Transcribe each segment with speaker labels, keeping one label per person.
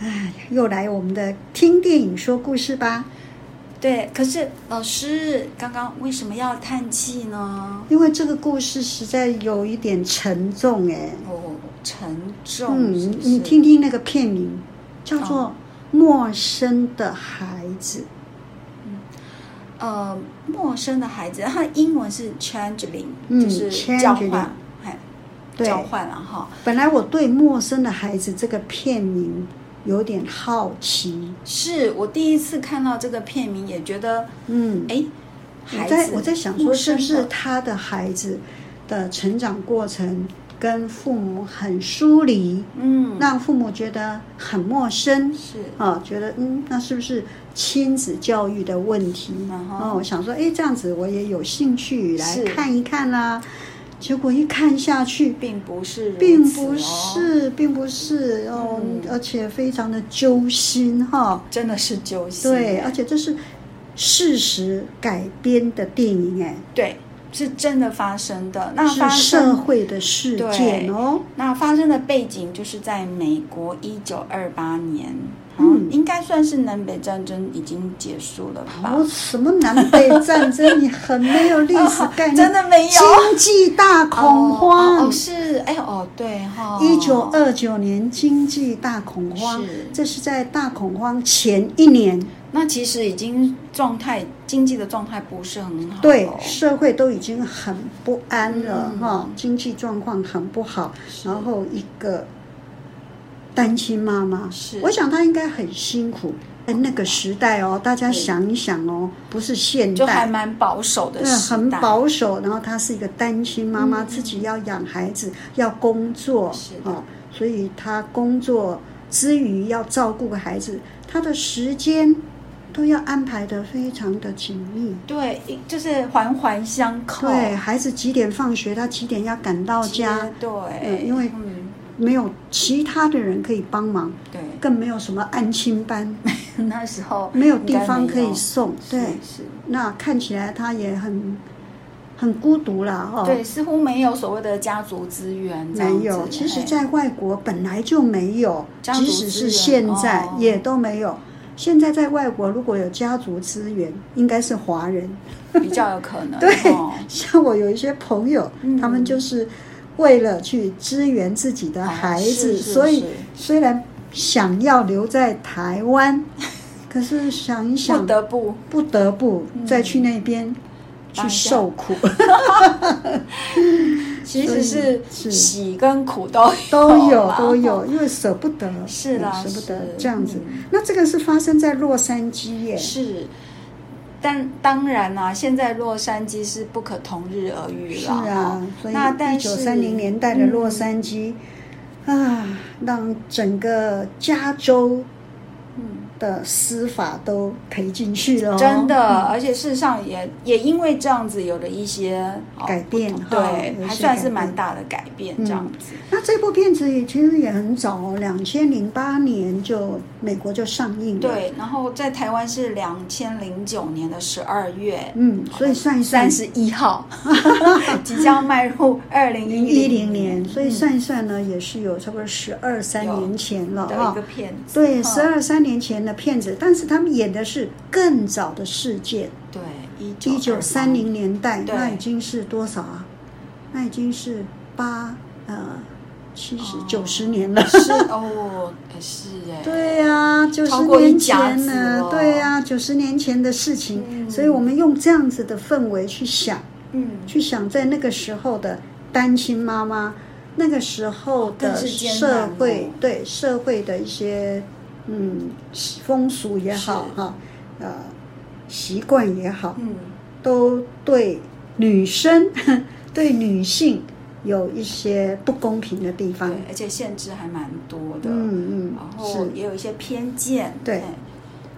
Speaker 1: 哎，又来我们的听电影说故事吧，
Speaker 2: 对，可是老师刚刚为什么要叹气呢？
Speaker 1: 因为这个故事实在有一点沉重哎。
Speaker 2: 哦，沉重。
Speaker 1: 嗯，
Speaker 2: 是
Speaker 1: 你
Speaker 2: 不是
Speaker 1: 你听，听那个片名，叫做《
Speaker 2: 哦
Speaker 1: 陌生的孩子
Speaker 2: 呃，陌生的孩子，他的英文是 changeling，、
Speaker 1: 嗯
Speaker 2: 就是交
Speaker 1: changeling
Speaker 2: 换，哎，》。
Speaker 1: 对，
Speaker 2: 交换了哈。
Speaker 1: 本来我对《陌生的孩子》这个片名有点好奇，
Speaker 2: 是我第一次看到这个片名，也觉得，
Speaker 1: 嗯，
Speaker 2: 哎，
Speaker 1: 我
Speaker 2: 孩子，
Speaker 1: 在我在想说，是不是
Speaker 2: 陌生的
Speaker 1: 他的孩子的成长过程跟父母很疏离，
Speaker 2: 嗯，
Speaker 1: 让父母觉得很陌生
Speaker 2: 是
Speaker 1: 啊，觉得嗯，那是不是亲子教育的问题？
Speaker 2: 嗯哼
Speaker 1: 哦，我想说，哎，这样子我也有兴趣来
Speaker 2: 是
Speaker 1: 看一看啦、结果一看下去，
Speaker 2: 并不是如此哦，
Speaker 1: 并不是，并不是哦，
Speaker 2: 嗯
Speaker 1: 而且非常的揪心哈。
Speaker 2: 真的是揪心，
Speaker 1: 对，而且这是事实改编的电影，哎。
Speaker 2: 对，是真的发生的。那
Speaker 1: 是
Speaker 2: 发
Speaker 1: 社
Speaker 2: 生
Speaker 1: 会的事件哦。
Speaker 2: 那发生的背景就是在美国一九二八年，
Speaker 1: 嗯
Speaker 2: 嗯，应该算是南北战争已经结束了吧？
Speaker 1: 哦，什么南北战 争？你很没有历史概念，
Speaker 2: 哦真的没有
Speaker 1: 经济大恐
Speaker 2: 哦哦
Speaker 1: 慌
Speaker 2: 哦，是哎哦对哈，
Speaker 1: 一九二九年经济大恐慌
Speaker 2: 是，
Speaker 1: 这是在大恐慌前一年，
Speaker 2: 那其实已经状态经济的状态不是很好，
Speaker 1: 对社会都已经很不安了
Speaker 2: 哦嗯
Speaker 1: 哈，经济状况很不好，
Speaker 2: 是
Speaker 1: 然后一个单亲妈妈，
Speaker 2: 是
Speaker 1: 我想她应该很辛苦。哎，那个时代哦，大家
Speaker 2: 对
Speaker 1: 想一想哦，不是现
Speaker 2: 就
Speaker 1: 代，
Speaker 2: 还蛮保守的
Speaker 1: 对，
Speaker 2: 时代，
Speaker 1: 很保守。然后她是一个单亲妈妈，
Speaker 2: 嗯
Speaker 1: 自己要养孩子，要工作
Speaker 2: 是的
Speaker 1: 哦，所以她工作之余要照顾孩子，她的时间都要安排的非常的紧密。
Speaker 2: 对，一就是环环相扣，
Speaker 1: 对孩子几点放学，他几点要赶到
Speaker 2: 接
Speaker 1: 家，
Speaker 2: 对，
Speaker 1: 嗯因为
Speaker 2: 嗯
Speaker 1: 没有其他的人可以帮忙，
Speaker 2: 对，
Speaker 1: 更没有什么安亲班，
Speaker 2: 那时候
Speaker 1: 没有
Speaker 2: 应
Speaker 1: 地
Speaker 2: 该
Speaker 1: 方
Speaker 2: 没
Speaker 1: 可以
Speaker 2: 有
Speaker 1: 送。对，
Speaker 2: 是是。
Speaker 1: 那看起来他也很很孤独啦，哦。
Speaker 2: 对，似乎没有所谓的家族资源这样子，
Speaker 1: 没有，其实，
Speaker 2: 哎
Speaker 1: 在外国本来就没有，
Speaker 2: 家族
Speaker 1: 即使是现在
Speaker 2: 资源哦
Speaker 1: 也都没有。现在在外国如果有家族资源，应该是华人。
Speaker 2: 比较有可能。
Speaker 1: 对
Speaker 2: 哦，
Speaker 1: 像我有一些朋友，
Speaker 2: 嗯
Speaker 1: 他们就是为了去支援自己的孩子，
Speaker 2: 哦是是
Speaker 1: 所以
Speaker 2: 是
Speaker 1: 虽然想要留在台 湾，可是想一
Speaker 2: 不
Speaker 1: 想，
Speaker 2: 得不
Speaker 1: 不得不
Speaker 2: 嗯
Speaker 1: 再去那边
Speaker 2: 当
Speaker 1: 去
Speaker 2: 一下
Speaker 1: 受 苦，
Speaker 2: 其实是
Speaker 1: 是
Speaker 2: 喜跟苦都
Speaker 1: 都有
Speaker 2: 啦
Speaker 1: 都有，因为舍不得，
Speaker 2: 哦是啦
Speaker 1: 嗯舍不得
Speaker 2: 是
Speaker 1: 这样子
Speaker 2: 嗯。
Speaker 1: 那这个是发生在洛杉矶耶，
Speaker 2: 是。但当然啦、现在洛杉矶是不可同日而语
Speaker 1: 是
Speaker 2: 了。
Speaker 1: 啊
Speaker 2: 哦，
Speaker 1: 所以
Speaker 2: 那但
Speaker 1: 一
Speaker 2: 是
Speaker 1: 九三零年代的洛
Speaker 2: 嗯
Speaker 1: 杉矶啊，让整个加州
Speaker 2: 嗯
Speaker 1: 的司法都赔进去了哦、
Speaker 2: 真的，而且事实上也也因为这样子，有了一些、哦
Speaker 1: 改变
Speaker 2: 不同
Speaker 1: 哈有
Speaker 2: 对，
Speaker 1: 一
Speaker 2: 还
Speaker 1: 些
Speaker 2: 算
Speaker 1: 改
Speaker 2: 是蛮
Speaker 1: 变
Speaker 2: 大的改变
Speaker 1: 嗯
Speaker 2: 这样子。
Speaker 1: 那这部片子也其实也很早哦，两千零八年就美国就上映了。，
Speaker 2: 对，然后在台湾是两千零九年的十二月，
Speaker 1: 嗯，所以算一算
Speaker 2: 哦三十一号， 即将迈入二零
Speaker 1: 一
Speaker 2: 一
Speaker 1: 零
Speaker 2: 零
Speaker 1: 年，所以
Speaker 2: 嗯
Speaker 1: 算一算呢，也是有差不多十二三
Speaker 2: 有
Speaker 1: 年前了
Speaker 2: 嗯的
Speaker 1: 啊、
Speaker 2: 一个片子。
Speaker 1: 对，
Speaker 2: 嗯
Speaker 1: 十二三年前的片子，但是他们演的是更早的事件，
Speaker 2: 对一
Speaker 1: 一九三零年代，
Speaker 2: 对
Speaker 1: 那已经是多少啊？那已经是八呃七十
Speaker 2: 哦
Speaker 1: 九十年了。
Speaker 2: 是 哦，呃是哎，
Speaker 1: 对呀、九十
Speaker 2: 超过一
Speaker 1: 年
Speaker 2: 甲
Speaker 1: 前
Speaker 2: 子
Speaker 1: 呢，
Speaker 2: 了
Speaker 1: 对呀、九十年前的事情，
Speaker 2: 嗯
Speaker 1: 所以我们用这样子的氛围去想，
Speaker 2: 嗯，
Speaker 1: 去想在那个时候的单亲妈妈，那个时候的
Speaker 2: 更是艰难
Speaker 1: 社
Speaker 2: 哦
Speaker 1: 会，对社会的一些嗯风俗也好
Speaker 2: 是
Speaker 1: 哈，呃习惯也好，
Speaker 2: 嗯
Speaker 1: 都对女生对女性有一些不公平的地方
Speaker 2: 对。，而且限制还蛮多的，
Speaker 1: 嗯嗯
Speaker 2: 然，后
Speaker 1: 是
Speaker 2: 也有一些偏见，
Speaker 1: 对
Speaker 2: 哎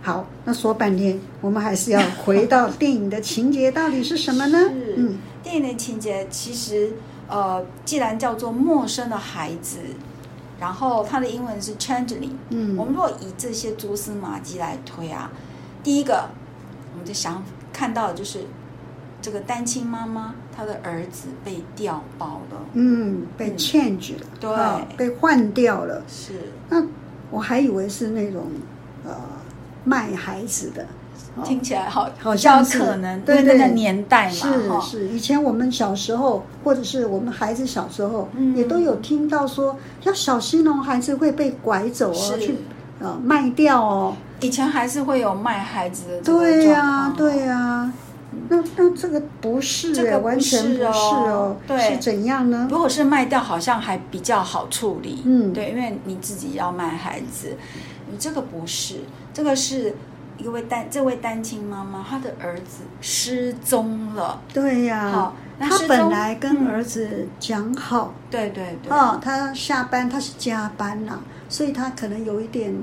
Speaker 1: 好。那说半天，我们还是要回到电影的情节到底是什么呢？
Speaker 2: 是
Speaker 1: 嗯，
Speaker 2: 电影的情节其实，呃，既然叫做陌生的孩子，然后它的英文是 changeling，
Speaker 1: 嗯
Speaker 2: 我们如果以这些蛛丝马迹来推啊，第一个我们就想看到的就是这个单亲妈妈她的儿子被调包了，
Speaker 1: 嗯，被
Speaker 2: 嗯
Speaker 1: change 了，
Speaker 2: 对
Speaker 1: 啊被换掉了。
Speaker 2: 是
Speaker 1: 那我还以为是那种呃卖孩子的，哦
Speaker 2: 听起来好
Speaker 1: 好
Speaker 2: 比较
Speaker 1: 像是
Speaker 2: 可能，
Speaker 1: 对
Speaker 2: 因为那个
Speaker 1: 对
Speaker 2: 年代嘛，
Speaker 1: 是
Speaker 2: 哈
Speaker 1: 是，以前我们小时候，或者是我们孩子小时候，
Speaker 2: 嗯
Speaker 1: 也都有听到说要小心哦，孩子会被拐走哦，
Speaker 2: 是
Speaker 1: 去呃卖掉哦。
Speaker 2: 以前还是会有卖孩子的这个
Speaker 1: 对呀、
Speaker 2: 状况
Speaker 1: 对呀、那那这个不是、
Speaker 2: 这个不
Speaker 1: 完全不
Speaker 2: 是
Speaker 1: 是
Speaker 2: 哦对
Speaker 1: 是怎样呢？
Speaker 2: 如果是卖掉，好像还比较好处理。
Speaker 1: 嗯
Speaker 2: 对，因为你自己要卖孩子，你这个不是，这个是一位单这位单亲妈妈，她的儿子失踪了。
Speaker 1: 对呀、
Speaker 2: 好
Speaker 1: 嗯
Speaker 2: 那
Speaker 1: 他
Speaker 2: 失
Speaker 1: 本
Speaker 2: 踪
Speaker 1: 来跟
Speaker 2: 嗯
Speaker 1: 儿子讲好，
Speaker 2: 对对对，
Speaker 1: 哦，他下班他是加班啦、所以他可能有一点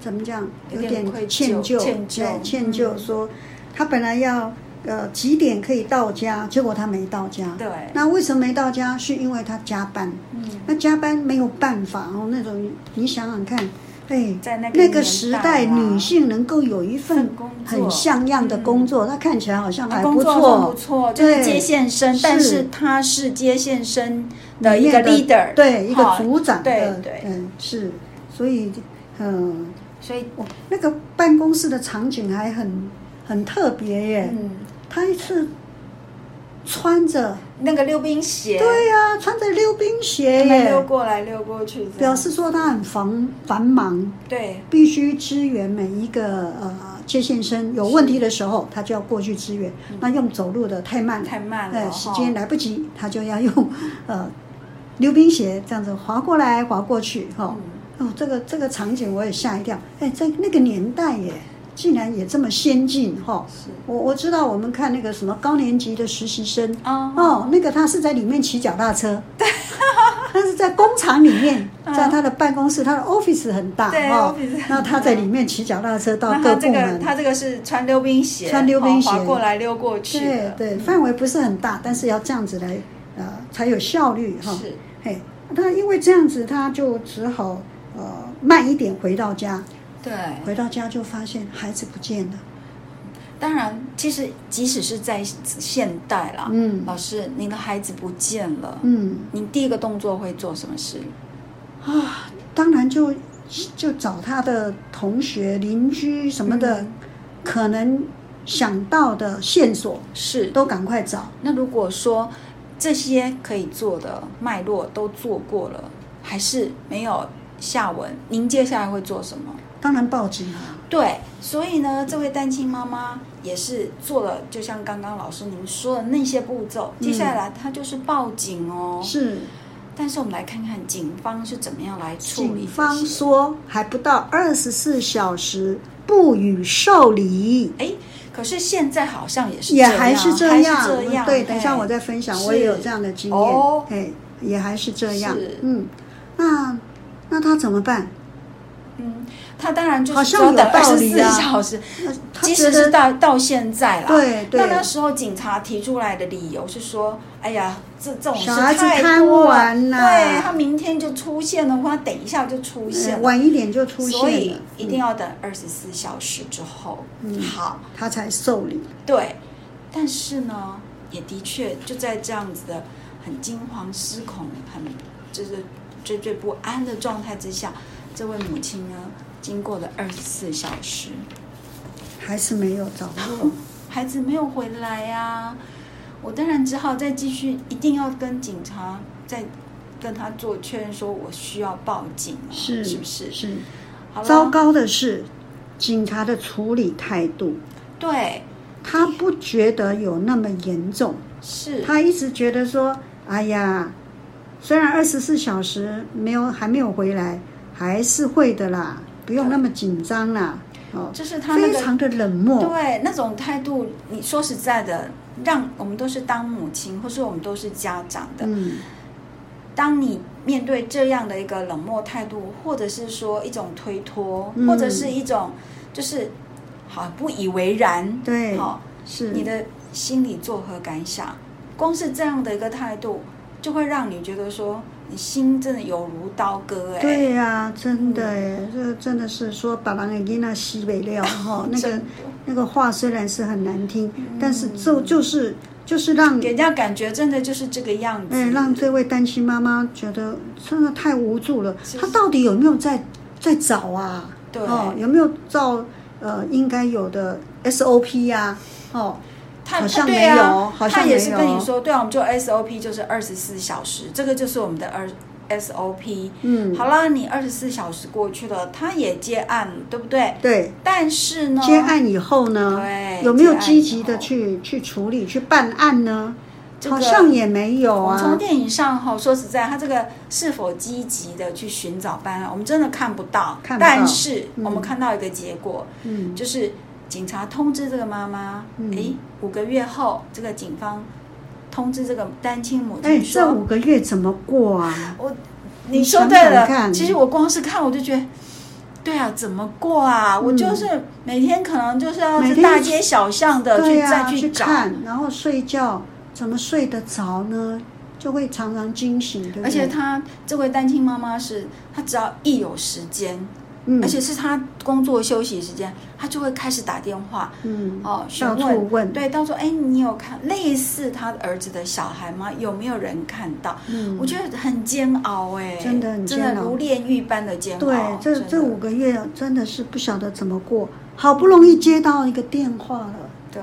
Speaker 1: 怎么讲，
Speaker 2: 有点
Speaker 1: 点
Speaker 2: 愧疚
Speaker 1: 歉疚，
Speaker 2: 歉疚
Speaker 1: 对歉
Speaker 2: 嗯
Speaker 1: 疚说、他本来要呃几点可以到家，结果他没到家。
Speaker 2: 对
Speaker 1: 那为什么没到家？是因为他加班。
Speaker 2: 嗯，
Speaker 1: 那加班没有办法哦，那种你想想看，哎，
Speaker 2: 在那个
Speaker 1: 那个
Speaker 2: 年
Speaker 1: 时
Speaker 2: 代
Speaker 1: 代，
Speaker 2: 啊
Speaker 1: 女性能够有一份
Speaker 2: 份工作嗯啊
Speaker 1: 很像样的工作，她看起来好像还
Speaker 2: 工
Speaker 1: 不
Speaker 2: 作很不错，就是
Speaker 1: 对
Speaker 2: 接线生，
Speaker 1: 是
Speaker 2: 但是她是接线生的一个
Speaker 1: 里面的
Speaker 2: leader，
Speaker 1: 对，一个
Speaker 2: 好
Speaker 1: 组长
Speaker 2: 对
Speaker 1: 的，
Speaker 2: 对
Speaker 1: 嗯，是，所以，嗯，
Speaker 2: 所以
Speaker 1: 我那个办公室的场景还很很特别耶，
Speaker 2: 嗯，
Speaker 1: 他是穿着，
Speaker 2: 那个溜冰鞋，
Speaker 1: 对呀、穿着溜冰
Speaker 2: 他
Speaker 1: 鞋
Speaker 2: 们溜
Speaker 1: 耶，
Speaker 2: 过来溜过去这样，
Speaker 1: 表示说他很繁繁忙，
Speaker 2: 对
Speaker 1: 必须支援每一个呃接线生有问题的时候，他就要过去支援，那用走路的太慢了，
Speaker 2: 嗯太慢了
Speaker 1: 呃，
Speaker 2: 哈
Speaker 1: 时间来不及，他就要用呃溜冰鞋这样子滑过来滑过去哈。哦
Speaker 2: 嗯
Speaker 1: 哦，这个这个场景我也吓一跳，哎，在那个年代耶，竟然也这么先进哈、
Speaker 2: 是
Speaker 1: 我我知道我们看那个什么高年级的实习生
Speaker 2: 哦
Speaker 1: 哦，那个他是在里面骑脚踏车， 他是在工厂里面，在他的办公室，他的 office 很大
Speaker 2: 嗯对
Speaker 1: 哦
Speaker 2: office 很大，
Speaker 1: 那他在里面骑脚踏车到
Speaker 2: 那
Speaker 1: 各
Speaker 2: 他
Speaker 1: 部
Speaker 2: 这个
Speaker 1: 门，
Speaker 2: 他这个是穿溜冰鞋，
Speaker 1: 穿溜冰鞋
Speaker 2: 哦滑过来溜过去
Speaker 1: 对
Speaker 2: 的，
Speaker 1: 对，
Speaker 2: 嗯
Speaker 1: 范围不是很大，但是要这样子来呃才有效率哈。
Speaker 2: 是
Speaker 1: 嘿，那因为这样子，他就只好呃慢一点回到家，
Speaker 2: 对。
Speaker 1: 回到家就发现孩子不见了。
Speaker 2: 当然，其实即使是在现代啦，
Speaker 1: 嗯
Speaker 2: 老师，您的孩子不见了，
Speaker 1: 嗯
Speaker 2: 您第一个动作会做什么事？
Speaker 1: 啊，当然就就找他的同学、邻居什么的，
Speaker 2: 嗯
Speaker 1: 可能想到的线索
Speaker 2: 是
Speaker 1: 都赶快找。
Speaker 2: 那如果说这些可以做的脉络都做过了，还是没有下文，您接下来会做什么？
Speaker 1: 当然报警啊，
Speaker 2: 对，所以呢，这位单亲妈妈也是做了，就像刚刚老师您说的那些步骤，接下来她就是报警哦。
Speaker 1: 嗯是
Speaker 2: 但是我们来看看警方是怎么样来处理
Speaker 1: 警
Speaker 2: 这些。
Speaker 1: 方说还不到二十四小时不予受理。
Speaker 2: 哎，可是现在好像也是
Speaker 1: 也
Speaker 2: 这样
Speaker 1: 还是
Speaker 2: 还
Speaker 1: 这样，嗯
Speaker 2: 是这样。哎
Speaker 1: 对，等一下
Speaker 2: 嘿
Speaker 1: 我再分享，
Speaker 2: 是
Speaker 1: 我也有这样的经验，
Speaker 2: 哦
Speaker 1: 哎，也还是这样
Speaker 2: 是，
Speaker 1: 嗯，那那他怎么办？
Speaker 2: 嗯，他当然就
Speaker 1: 好
Speaker 2: 是只
Speaker 1: 像
Speaker 2: 有
Speaker 1: 有
Speaker 2: 等二
Speaker 1: 道
Speaker 2: 十
Speaker 1: 理
Speaker 2: 四
Speaker 1: 啊
Speaker 2: 小时，
Speaker 1: 那他
Speaker 2: 即
Speaker 1: 觉
Speaker 2: 使是
Speaker 1: 得
Speaker 2: 到到现在啦。
Speaker 1: 对对
Speaker 2: 那那时候警察提出来的理由是说，哎呀，这这种事
Speaker 1: 小孩子
Speaker 2: 太
Speaker 1: 贪
Speaker 2: 多了
Speaker 1: 玩呐
Speaker 2: 对他明天就出现了，或他等一下就出现
Speaker 1: 呃
Speaker 2: 了。
Speaker 1: 晚一点就出现了，
Speaker 2: 所以一定
Speaker 1: 嗯、
Speaker 2: 要等二十四小时之后，
Speaker 1: 嗯
Speaker 2: 好，
Speaker 1: 他才受理，
Speaker 2: 对，但是呢，也的确就在这样子的很惊惶失恐、很就是惴惴不安的状态之下，这位母亲呢，经过了二十四小时，
Speaker 1: 还是没有找
Speaker 2: 哦
Speaker 1: 到。
Speaker 2: 孩子没有回来呀、我当然只好再继续，一定要跟警察再跟他做确认，说我需要报警了，
Speaker 1: 是
Speaker 2: 是不是？
Speaker 1: 是，
Speaker 2: 好了
Speaker 1: 糟，糕的是，警察的处理态度，
Speaker 2: 对，
Speaker 1: 他不觉得有那么严重，
Speaker 2: 是，
Speaker 1: 他一直觉得说，哎呀，虽然二十四小时没有还没有回来，还是会的啦，不用那么紧张啦。哦，
Speaker 2: 就是他那
Speaker 1: 非
Speaker 2: 个
Speaker 1: 常的冷漠，
Speaker 2: 对，那种态度，你说实在的，让我们都是当母亲，或是我们都是家长的，
Speaker 1: 嗯，
Speaker 2: 当你面对这样的一个冷漠态度，或者是说一种推脱，
Speaker 1: 嗯
Speaker 2: 或者是一种就是好不以为然，
Speaker 1: 对，
Speaker 2: 好、
Speaker 1: 是
Speaker 2: 你的心里作何感想？光是这样的一个态度，就会让你觉得说你心真的有如刀割哎、
Speaker 1: 对呀、真的
Speaker 2: 嗯
Speaker 1: 哎，这真的是说把人给囡仔洗不了 哈。那
Speaker 2: 真
Speaker 1: 个
Speaker 2: 的
Speaker 1: 那个话虽然是很难听，但是就就是就是让
Speaker 2: 给人家感觉真的就是这个样子，
Speaker 1: 哎让这位单亲妈妈觉得真的太无助了
Speaker 2: 是。
Speaker 1: 她到底有没有在在找啊？
Speaker 2: 对
Speaker 1: 哦，有没有照呃应该有的 SOP 呀、哦，
Speaker 2: 他
Speaker 1: 好像
Speaker 2: 对
Speaker 1: 没
Speaker 2: 啊
Speaker 1: 有哦好像
Speaker 2: 他也是
Speaker 1: 没有
Speaker 2: 跟你说，对啊，我们就 SOP 就是二十四小时，这个就是我们的二 SOP。
Speaker 1: 嗯，
Speaker 2: 好啦，你二十四小时过去了，他也接案，对不对？
Speaker 1: 对。
Speaker 2: 但是呢，
Speaker 1: 接案以后呢，
Speaker 2: 对
Speaker 1: 有没有
Speaker 2: 接案
Speaker 1: 积
Speaker 2: 以
Speaker 1: 极的
Speaker 2: 后
Speaker 1: 去去处理、去办案呢？
Speaker 2: 这
Speaker 1: 好
Speaker 2: 个
Speaker 1: 像也没有
Speaker 2: 我
Speaker 1: 啊。
Speaker 2: 们从电影上哈，说实在，他这个是否积极的去寻找办案，我们真的看不到。
Speaker 1: 看不到
Speaker 2: 但是
Speaker 1: 嗯
Speaker 2: 我们看到一个结果，
Speaker 1: 嗯
Speaker 2: 就是警察通知这个妈妈，哎、
Speaker 1: 嗯
Speaker 2: 五个月后，这个警方通知这个单亲母
Speaker 1: 哎，
Speaker 2: 亲说，
Speaker 1: 这五个月怎么过啊？
Speaker 2: 我
Speaker 1: 你
Speaker 2: 你说
Speaker 1: 想
Speaker 2: 对
Speaker 1: 想
Speaker 2: 了，
Speaker 1: 看
Speaker 2: 其实我光是看我就觉得。对啊，怎么过啊？我就是每天可能就是要
Speaker 1: 嗯每
Speaker 2: 是
Speaker 1: 天
Speaker 2: 大街小巷的
Speaker 1: 对
Speaker 2: 去
Speaker 1: 呀、
Speaker 2: 再
Speaker 1: 去
Speaker 2: 找，
Speaker 1: 看，然后睡觉怎么睡得着呢？就会常常惊醒，对不对？
Speaker 2: 而且她这位单亲妈妈是，她只要一有时间，
Speaker 1: 嗯，
Speaker 2: 而且是她工作休息时间，她就会开始打电话
Speaker 1: 嗯，
Speaker 2: 哦，询
Speaker 1: 到处问，，
Speaker 2: 对，到时候哎，你有看类似她儿子的小孩吗？有没有人看到？
Speaker 1: 嗯，
Speaker 2: 我觉得很煎熬哎，
Speaker 1: 真的很
Speaker 2: 真
Speaker 1: 煎
Speaker 2: 的
Speaker 1: 熬
Speaker 2: 如炼狱般的煎熬。
Speaker 1: 对，这
Speaker 2: 真的
Speaker 1: 这五个月真的是不晓得怎么过，好不容易接到一个电话了，
Speaker 2: 对，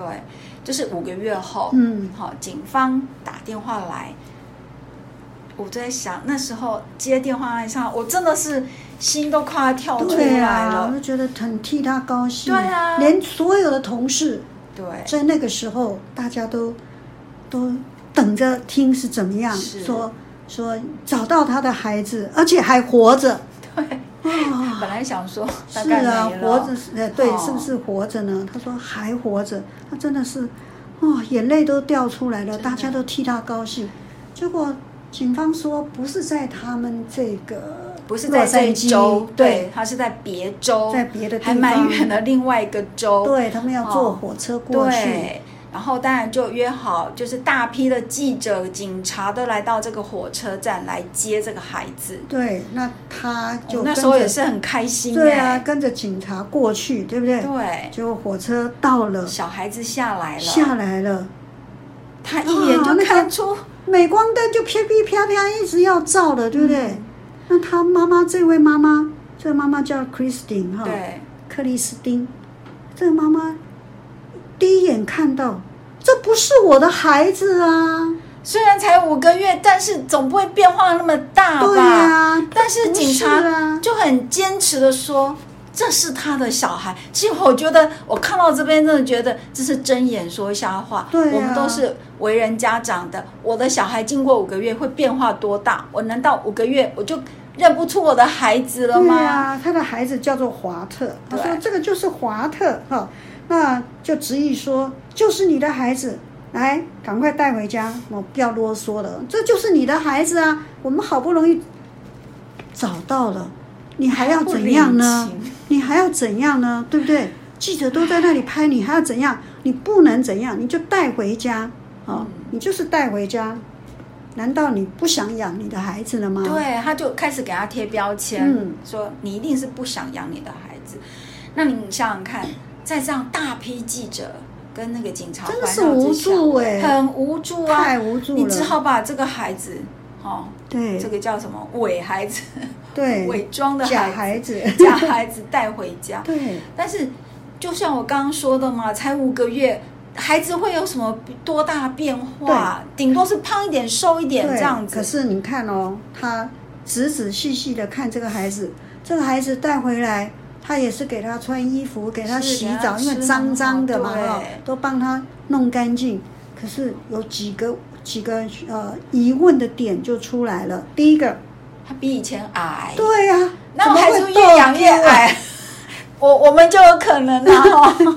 Speaker 2: 就是五个月后，
Speaker 1: 嗯
Speaker 2: 好，警方打电话来，我在想那时候接电话那一上，我真的是心都快要跳出
Speaker 1: 对
Speaker 2: 哦来
Speaker 1: 啊，我就。
Speaker 2: 了
Speaker 1: 觉得很替他高兴，
Speaker 2: 对啊
Speaker 1: 连所有的同事
Speaker 2: 对，
Speaker 1: 在那个时候，大家都都等着听是怎么样
Speaker 2: 是
Speaker 1: 说说找到他的孩子，而且还活着。对，
Speaker 2: 本来想说大
Speaker 1: 是
Speaker 2: 概
Speaker 1: 啊，
Speaker 2: 没了
Speaker 1: 活着，是，呃，对，
Speaker 2: 哦
Speaker 1: 是不是活着呢？他说还活着，他真的是，哦，眼泪都掉出来了，
Speaker 2: 的
Speaker 1: 大家都替他高兴。结果警方说不是在他们这个
Speaker 2: 不是
Speaker 1: 洛
Speaker 2: 在
Speaker 1: 杉
Speaker 2: 这
Speaker 1: 矶
Speaker 2: 州，
Speaker 1: 对，
Speaker 2: 他是在别州，
Speaker 1: 在别的地
Speaker 2: 还蛮
Speaker 1: 方
Speaker 2: 远的另外一个州，
Speaker 1: 对他们要坐
Speaker 2: 哦
Speaker 1: 火车过去，
Speaker 2: 对，然后当然就约好，就是大批的记者、警察都来到这个火车站来接这个孩子。
Speaker 1: 对，那他
Speaker 2: 我
Speaker 1: 就
Speaker 2: 哦那
Speaker 1: 跟
Speaker 2: 时候也
Speaker 1: 着
Speaker 2: 是很开心、欸，
Speaker 1: 对啊，跟着警察过去，对不对？
Speaker 2: 对
Speaker 1: 结果火车到了，
Speaker 2: 小孩子下来了，
Speaker 1: 下来了，
Speaker 2: 他一眼
Speaker 1: 啊那
Speaker 2: 就
Speaker 1: 个
Speaker 2: 看出，
Speaker 1: 镁光灯就噼噼啪啪一直要照了，对不对？
Speaker 2: 嗯
Speaker 1: 那他妈妈这位妈妈，这个妈妈叫 Christine 哈，
Speaker 2: 对，
Speaker 1: 克里斯汀，这个妈妈第一眼看到，这不是我的孩子啊，
Speaker 2: 虽然才五个月，但是总不会变化那么大吧？
Speaker 1: 对啊，
Speaker 2: 但是警
Speaker 1: 不是啊
Speaker 2: 察就很坚持的说。这是他的小孩，其实我觉得，我看到这边真的觉得这是睁眼说瞎话。
Speaker 1: 对啊
Speaker 2: 我们都是为人家长的，我的小孩经过五个月会变化多大？我难道五个月我就认不出我的孩子了
Speaker 1: 对
Speaker 2: 吗？
Speaker 1: 啊，他的孩子叫做华特，他说
Speaker 2: 对
Speaker 1: 这个就是华特哈、那就执意说就是你的孩子，来赶快带回家，我不要啰嗦了，这就是你的孩子啊，我们好不容易找到了，你还要怎样呢
Speaker 2: 不领情？
Speaker 1: 你还要怎样呢？对不对？记者都在那里拍，你还要怎样？你不能怎样，你就带回家
Speaker 2: 嗯
Speaker 1: 哦，你就是带回家。难道你不想养你的孩子了吗？
Speaker 2: 对，他就开始给他贴标签，
Speaker 1: 嗯
Speaker 2: 说你一定是不想养你的孩子。那你想想看，在这样大批记者跟那个警察环
Speaker 1: 真
Speaker 2: 绕
Speaker 1: 的是
Speaker 2: 之下，
Speaker 1: 无助哎、
Speaker 2: 很无助啊，
Speaker 1: 太无助了。
Speaker 2: 你只好把这个孩子，哦，
Speaker 1: 对
Speaker 2: 这个叫什么伪孩子、 伪
Speaker 1: 对
Speaker 2: 装的
Speaker 1: 假
Speaker 2: 孩
Speaker 1: 孩 子，
Speaker 2: 子、假孩子带回家。
Speaker 1: 对
Speaker 2: 但是，就像我刚刚说的嘛，才五个月，孩子会有什么多大变化？顶多是胖一点、瘦一点
Speaker 1: 对
Speaker 2: 这样子。
Speaker 1: 可是你看哦，他仔仔细细的看这个孩子，这个孩子带回来，他也是给他穿衣服，给他
Speaker 2: 是
Speaker 1: 洗
Speaker 2: 给他
Speaker 1: 澡，因为
Speaker 2: 吃
Speaker 1: 脏
Speaker 2: 很
Speaker 1: 脏的
Speaker 2: 好
Speaker 1: 嘛，哦
Speaker 2: 对
Speaker 1: 都帮他弄干净。可是有几个几个呃疑问的点就出来了。第一个，
Speaker 2: 他比以前矮，
Speaker 1: 对呀、
Speaker 2: 那
Speaker 1: 怎么
Speaker 2: 我孩
Speaker 1: 会
Speaker 2: 子越养越
Speaker 1: 倒丢啊
Speaker 2: 矮， 我我们就有可能了、 哦。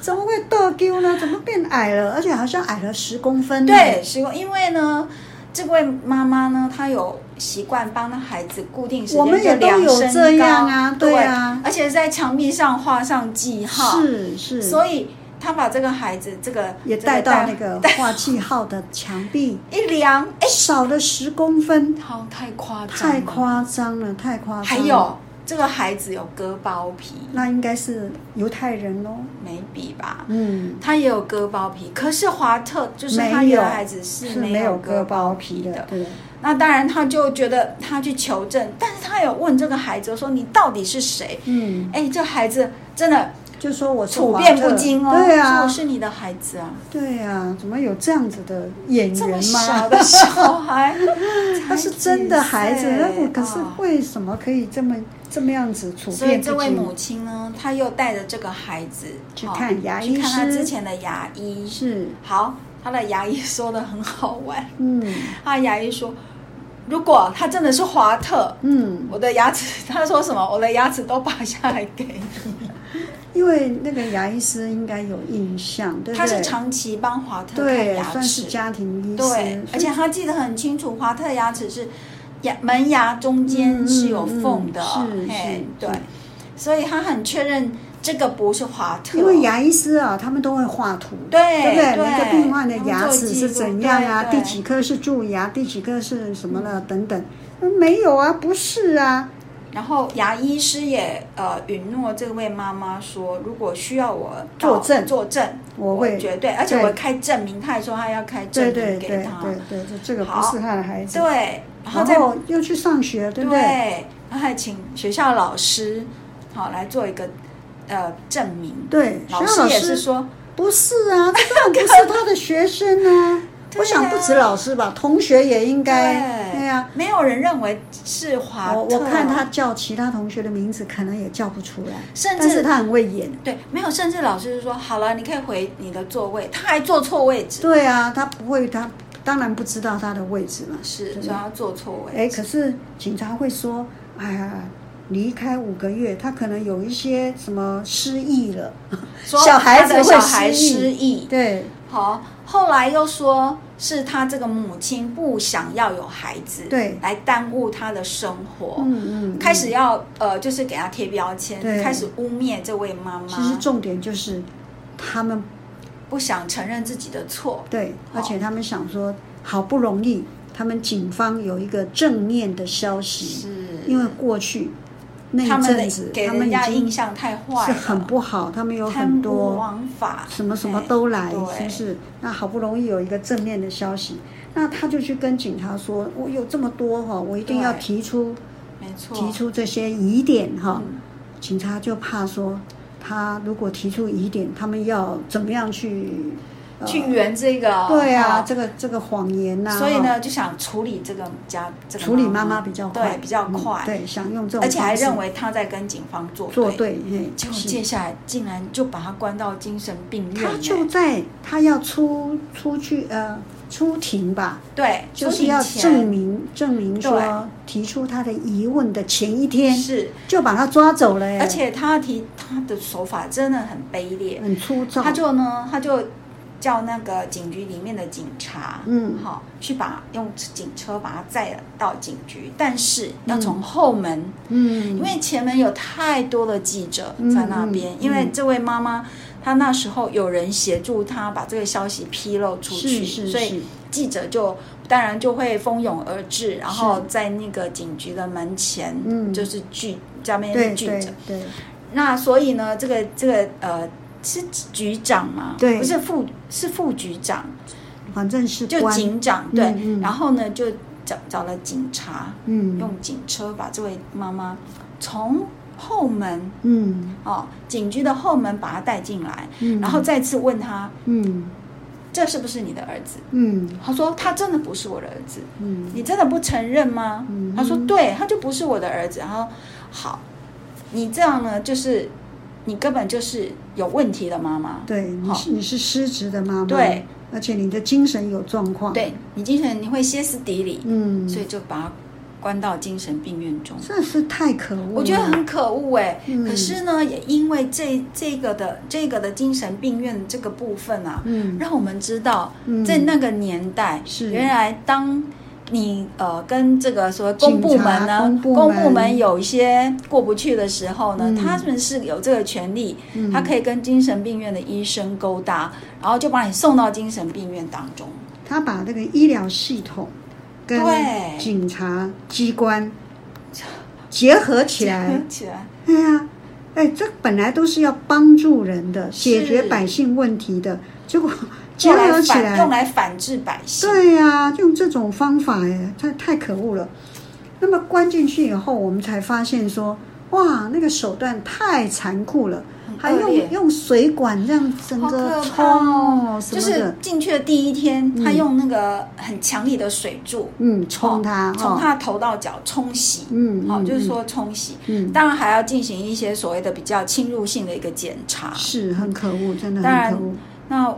Speaker 1: 怎么会倒丢呢？怎么变矮了？而且好像矮了十公分呢。
Speaker 2: 对，十公，因为呢，这位妈妈呢，她有习惯帮她孩子固定时
Speaker 1: 我们也
Speaker 2: 间
Speaker 1: 都
Speaker 2: 就量
Speaker 1: 有
Speaker 2: 身
Speaker 1: 这样
Speaker 2: 高
Speaker 1: 啊，
Speaker 2: 对
Speaker 1: 对啊，
Speaker 2: 而且在墙壁上画上记号，
Speaker 1: 是是，
Speaker 2: 所以她把这个孩子这个
Speaker 1: 也
Speaker 2: 这
Speaker 1: 带到
Speaker 2: 带
Speaker 1: 那个画记号的墙壁，
Speaker 2: 一量，哎，
Speaker 1: 少了十公分，
Speaker 2: 好太夸张，
Speaker 1: 太，夸张了，太夸张了。
Speaker 2: 还有这个孩子有割包皮，
Speaker 1: 那应该是犹太人喽。
Speaker 2: 眉笔吧，
Speaker 1: 嗯，
Speaker 2: 他也有割包皮，可是华特就是他
Speaker 1: 没
Speaker 2: 有
Speaker 1: 有
Speaker 2: 孩子是
Speaker 1: 是
Speaker 2: 没
Speaker 1: 没有
Speaker 2: 割
Speaker 1: 割
Speaker 2: 包
Speaker 1: 包
Speaker 2: 皮
Speaker 1: 皮
Speaker 2: 的
Speaker 1: 的，。对，
Speaker 2: 那当然，他就觉得他去求证，但是他有问这个孩子说：“你到底是谁
Speaker 1: 嗯？”，
Speaker 2: 哎，这孩子真的
Speaker 1: 就说我是
Speaker 2: 处
Speaker 1: 华
Speaker 2: 变
Speaker 1: 特
Speaker 2: 不惊哦，
Speaker 1: 对
Speaker 2: 说
Speaker 1: 啊
Speaker 2: 我，是你的孩子啊，
Speaker 1: 对啊，怎么有这样子的演
Speaker 2: 这么
Speaker 1: 员
Speaker 2: 小
Speaker 1: 吗？
Speaker 2: 的小孩，
Speaker 1: 他是真的孩子，那我可是
Speaker 2: 会。啊
Speaker 1: 为什么可以这么这么样子处
Speaker 2: 所以
Speaker 1: 变
Speaker 2: 这
Speaker 1: 不
Speaker 2: 位母
Speaker 1: 惊？
Speaker 2: 亲呢，她又带着这个孩子
Speaker 1: 去
Speaker 2: 哦
Speaker 1: 看牙医
Speaker 2: 去看她
Speaker 1: 师
Speaker 2: 之前的牙医。
Speaker 1: 是，
Speaker 2: 好，她的牙医说的很好玩，
Speaker 1: 嗯
Speaker 2: 她的牙医说，如果他真的是华特，
Speaker 1: 嗯，
Speaker 2: 我的牙齿， 他说什么？我的牙齿都拔下来给你。
Speaker 1: 因为那个牙医师应该有印象，对不对？
Speaker 2: 他是长期帮华特看
Speaker 1: 对，
Speaker 2: 牙
Speaker 1: 算是
Speaker 2: 齿，
Speaker 1: 家庭医师，
Speaker 2: 对，而且他记得很清楚，华特的牙齿是牙门牙中间
Speaker 1: 嗯
Speaker 2: 是有缝的，
Speaker 1: 嗯嗯是
Speaker 2: 嘿
Speaker 1: 是
Speaker 2: 对
Speaker 1: 是，
Speaker 2: 所以他很确认这个不是华特，
Speaker 1: 因为牙医师啊，他们都会画图，
Speaker 2: 对
Speaker 1: 对不对？
Speaker 2: 对
Speaker 1: 每个病患的牙
Speaker 2: 他们做
Speaker 1: 齿
Speaker 2: 记录
Speaker 1: 是怎样啊？
Speaker 2: 对对
Speaker 1: 第几颗是蛀牙，第几颗是什么呢？等等，没有啊，不是啊，
Speaker 2: 然后牙医师也呃允诺这位妈妈说，如果需要我到
Speaker 1: 作证
Speaker 2: 作证，
Speaker 1: 我会
Speaker 2: 绝对，而且
Speaker 1: 对
Speaker 2: 我开证明，他还说他要开证
Speaker 1: 对
Speaker 2: 明
Speaker 1: 对
Speaker 2: 给
Speaker 1: 对
Speaker 2: 他，
Speaker 1: 对对，就这个不
Speaker 2: 好
Speaker 1: 是他的孩子。
Speaker 2: 对然后
Speaker 1: 然
Speaker 2: 再
Speaker 1: 后又去上学，对不对？
Speaker 2: 然后还请学校老师好来做一个呃证明。
Speaker 1: 对，学
Speaker 2: 老
Speaker 1: 校
Speaker 2: 师
Speaker 1: 老
Speaker 2: 也是
Speaker 1: 师
Speaker 2: 说，
Speaker 1: 不是啊， 这当然不是他的学生啊。
Speaker 2: 对啊
Speaker 1: 我想不止老师吧，同学也应该。
Speaker 2: 对
Speaker 1: 对呀，
Speaker 2: 没有人认为是华啊特，
Speaker 1: 我我看他叫其他同学的名字，可能也叫不出来，
Speaker 2: 甚至
Speaker 1: 但是他很会演。
Speaker 2: 对没有，甚至老师就说好了，你可以回你的座位，他还坐错位置，
Speaker 1: 对啊，他不会，他当然不知道他的位置嘛。
Speaker 2: 是，
Speaker 1: 对
Speaker 2: 所以他坐错位。
Speaker 1: 哎，可是警察会说，哎呀，离开五个月，他可能有一些什么失忆 了，
Speaker 2: 说
Speaker 1: 小孩子
Speaker 2: 他的
Speaker 1: 会
Speaker 2: 小孩失
Speaker 1: 失
Speaker 2: 忆，
Speaker 1: 对，
Speaker 2: 好，后来又说是他这个母亲不想要有孩子，
Speaker 1: 对
Speaker 2: 来耽误他的生活，
Speaker 1: 嗯嗯，
Speaker 2: 开始要呃，就是给他贴标签，
Speaker 1: 对
Speaker 2: 开始污蔑这位妈
Speaker 1: 其实
Speaker 2: 妈，
Speaker 1: 重点就是他们
Speaker 2: 不想承认自己的错。
Speaker 1: 对，
Speaker 2: 好
Speaker 1: 而且他们想说，好不容易他们警方有一个正面的消息，因为过去那
Speaker 2: 他
Speaker 1: 一
Speaker 2: 们的
Speaker 1: 阵子
Speaker 2: 给
Speaker 1: 他们
Speaker 2: 人
Speaker 1: 已
Speaker 2: 家印
Speaker 1: 经
Speaker 2: 象太坏
Speaker 1: 是
Speaker 2: 了，
Speaker 1: 很不好，他们有很
Speaker 2: 贪
Speaker 1: 多
Speaker 2: 污枉法，
Speaker 1: 什么什么
Speaker 2: 哎
Speaker 1: 都来，
Speaker 2: 对
Speaker 1: 是不是？那好不容易有一个正面的消息，那他就去跟警察说：“我有这么多哈，我一定要
Speaker 2: 对
Speaker 1: 提出
Speaker 2: 没错，
Speaker 1: 提出这些疑点哈。
Speaker 2: 嗯
Speaker 1: 警察就怕说，他如果提出疑点，他们要怎么样去、呃
Speaker 2: 去圆这个，
Speaker 1: 对啊，
Speaker 2: 哦
Speaker 1: 这个这个谎言呐、
Speaker 2: 所以
Speaker 1: 哈，
Speaker 2: 呢就想处理这个家，这个
Speaker 1: 处理妈妈比较快，
Speaker 2: 对比较快，
Speaker 1: 嗯对，想用这种
Speaker 2: 而
Speaker 1: 方式，
Speaker 2: 且还认为他在跟警方作
Speaker 1: 做对，嘿，
Speaker 2: 结果
Speaker 1: 是
Speaker 2: 接下来竟然就把他关到精神病院，
Speaker 1: 他
Speaker 2: 哎
Speaker 1: 就在他要出出去呃出庭吧，
Speaker 2: 对，
Speaker 1: 就是
Speaker 2: 出庭
Speaker 1: 要
Speaker 2: 前
Speaker 1: 证明证明
Speaker 2: 对
Speaker 1: 说提出他的疑问的前一天
Speaker 2: 是。
Speaker 1: 就把他抓走了哎耶，
Speaker 2: 而且他提他的手法真的很卑劣，
Speaker 1: 很粗糙，
Speaker 2: 他就呢，他就叫那个警局里面的警察，
Speaker 1: 嗯
Speaker 2: 好，去把用警车把他载到警局，但是要
Speaker 1: 嗯
Speaker 2: 从后门，
Speaker 1: 嗯，
Speaker 2: 因为前门有太多的记者在那边，
Speaker 1: 嗯嗯
Speaker 2: 因为这位妈妈。她那时候有人协助她把这个消息披露出去，
Speaker 1: 是是
Speaker 2: 所以
Speaker 1: 是
Speaker 2: 记者就当然就会蜂拥而至，然后
Speaker 1: 是
Speaker 2: 在那个警局的门前，
Speaker 1: 嗯
Speaker 2: 就是聚在那
Speaker 1: 对
Speaker 2: 边聚
Speaker 1: 对
Speaker 2: 着。
Speaker 1: 对
Speaker 2: 那所以呢，这个这个呃，是局长嘛？
Speaker 1: 对
Speaker 2: 不是副是副局长，
Speaker 1: 反正是
Speaker 2: 就
Speaker 1: 关
Speaker 2: 警长对。
Speaker 1: 嗯嗯
Speaker 2: 然后呢，就找找了警察，
Speaker 1: 嗯
Speaker 2: 用警车把这位妈妈从后门
Speaker 1: 嗯
Speaker 2: 哦，警局的后门把她带进来，
Speaker 1: 嗯，
Speaker 2: 然后再次问他，
Speaker 1: 嗯
Speaker 2: 这是不是你的儿子？
Speaker 1: 嗯
Speaker 2: 他说他真的不是我的儿子，
Speaker 1: 嗯
Speaker 2: 你真的不承认吗？
Speaker 1: 嗯
Speaker 2: 他说对，他就不是我的儿子。然后好，你这样呢，就是你根本就是有问题的妈妈。
Speaker 1: 对，你
Speaker 2: 好
Speaker 1: 是你是失职的妈妈，
Speaker 2: 对，
Speaker 1: 而且你的精神有状况，，
Speaker 2: 对你精神你会歇斯底里，
Speaker 1: 嗯，
Speaker 2: 所以就把他关到精神病院中。
Speaker 1: 这是太可恶了，
Speaker 2: 我觉得很可恶哎、
Speaker 1: 嗯
Speaker 2: 可是呢，也因为这这个的这个的精神病院这个部分啊，
Speaker 1: 嗯
Speaker 2: 让我们知道，
Speaker 1: 嗯
Speaker 2: 在那个年代，
Speaker 1: 是
Speaker 2: 原来当你呃跟这个所谓公部门呢，
Speaker 1: 警察公部门
Speaker 2: 有一些过不去的时候呢，
Speaker 1: 嗯
Speaker 2: 他们是有这个权利，
Speaker 1: 嗯
Speaker 2: 他可以跟精神病院的医生勾搭，然后就把你送到精神病院当中。
Speaker 1: 他把这个医疗系统跟
Speaker 2: 对
Speaker 1: 警察机关 结合起来，
Speaker 2: 起来，
Speaker 1: 哎呀，哎，这本来都是要帮助人的、解决
Speaker 2: 是
Speaker 1: 百姓问题的，结果结
Speaker 2: 用来
Speaker 1: 合起
Speaker 2: 反
Speaker 1: 来
Speaker 2: 用，来反制百姓。
Speaker 1: 对啊呀、用这种方法，哎，太太可恶了。那么关进去以后，我们才发现说，哇，那个手段太残酷了，还
Speaker 2: 恶劣
Speaker 1: 用用水管这样整
Speaker 2: 好
Speaker 1: 个
Speaker 2: 可
Speaker 1: 冲
Speaker 2: 怕哦
Speaker 1: 哦！什
Speaker 2: 就
Speaker 1: 么
Speaker 2: 是
Speaker 1: 的，
Speaker 2: 进去的第一天，他
Speaker 1: 嗯
Speaker 2: 用那个很强力的水柱
Speaker 1: 嗯，冲它，
Speaker 2: 从
Speaker 1: 哦
Speaker 2: 他头到脚冲洗，
Speaker 1: 嗯，
Speaker 2: 好、
Speaker 1: 嗯
Speaker 2: 就是，说冲洗。
Speaker 1: 嗯，嗯
Speaker 2: 当然还要进行一些所谓的比较侵入性的一个检查。
Speaker 1: 是很可恶，真的
Speaker 2: 当然
Speaker 1: 很可恶，
Speaker 2: 那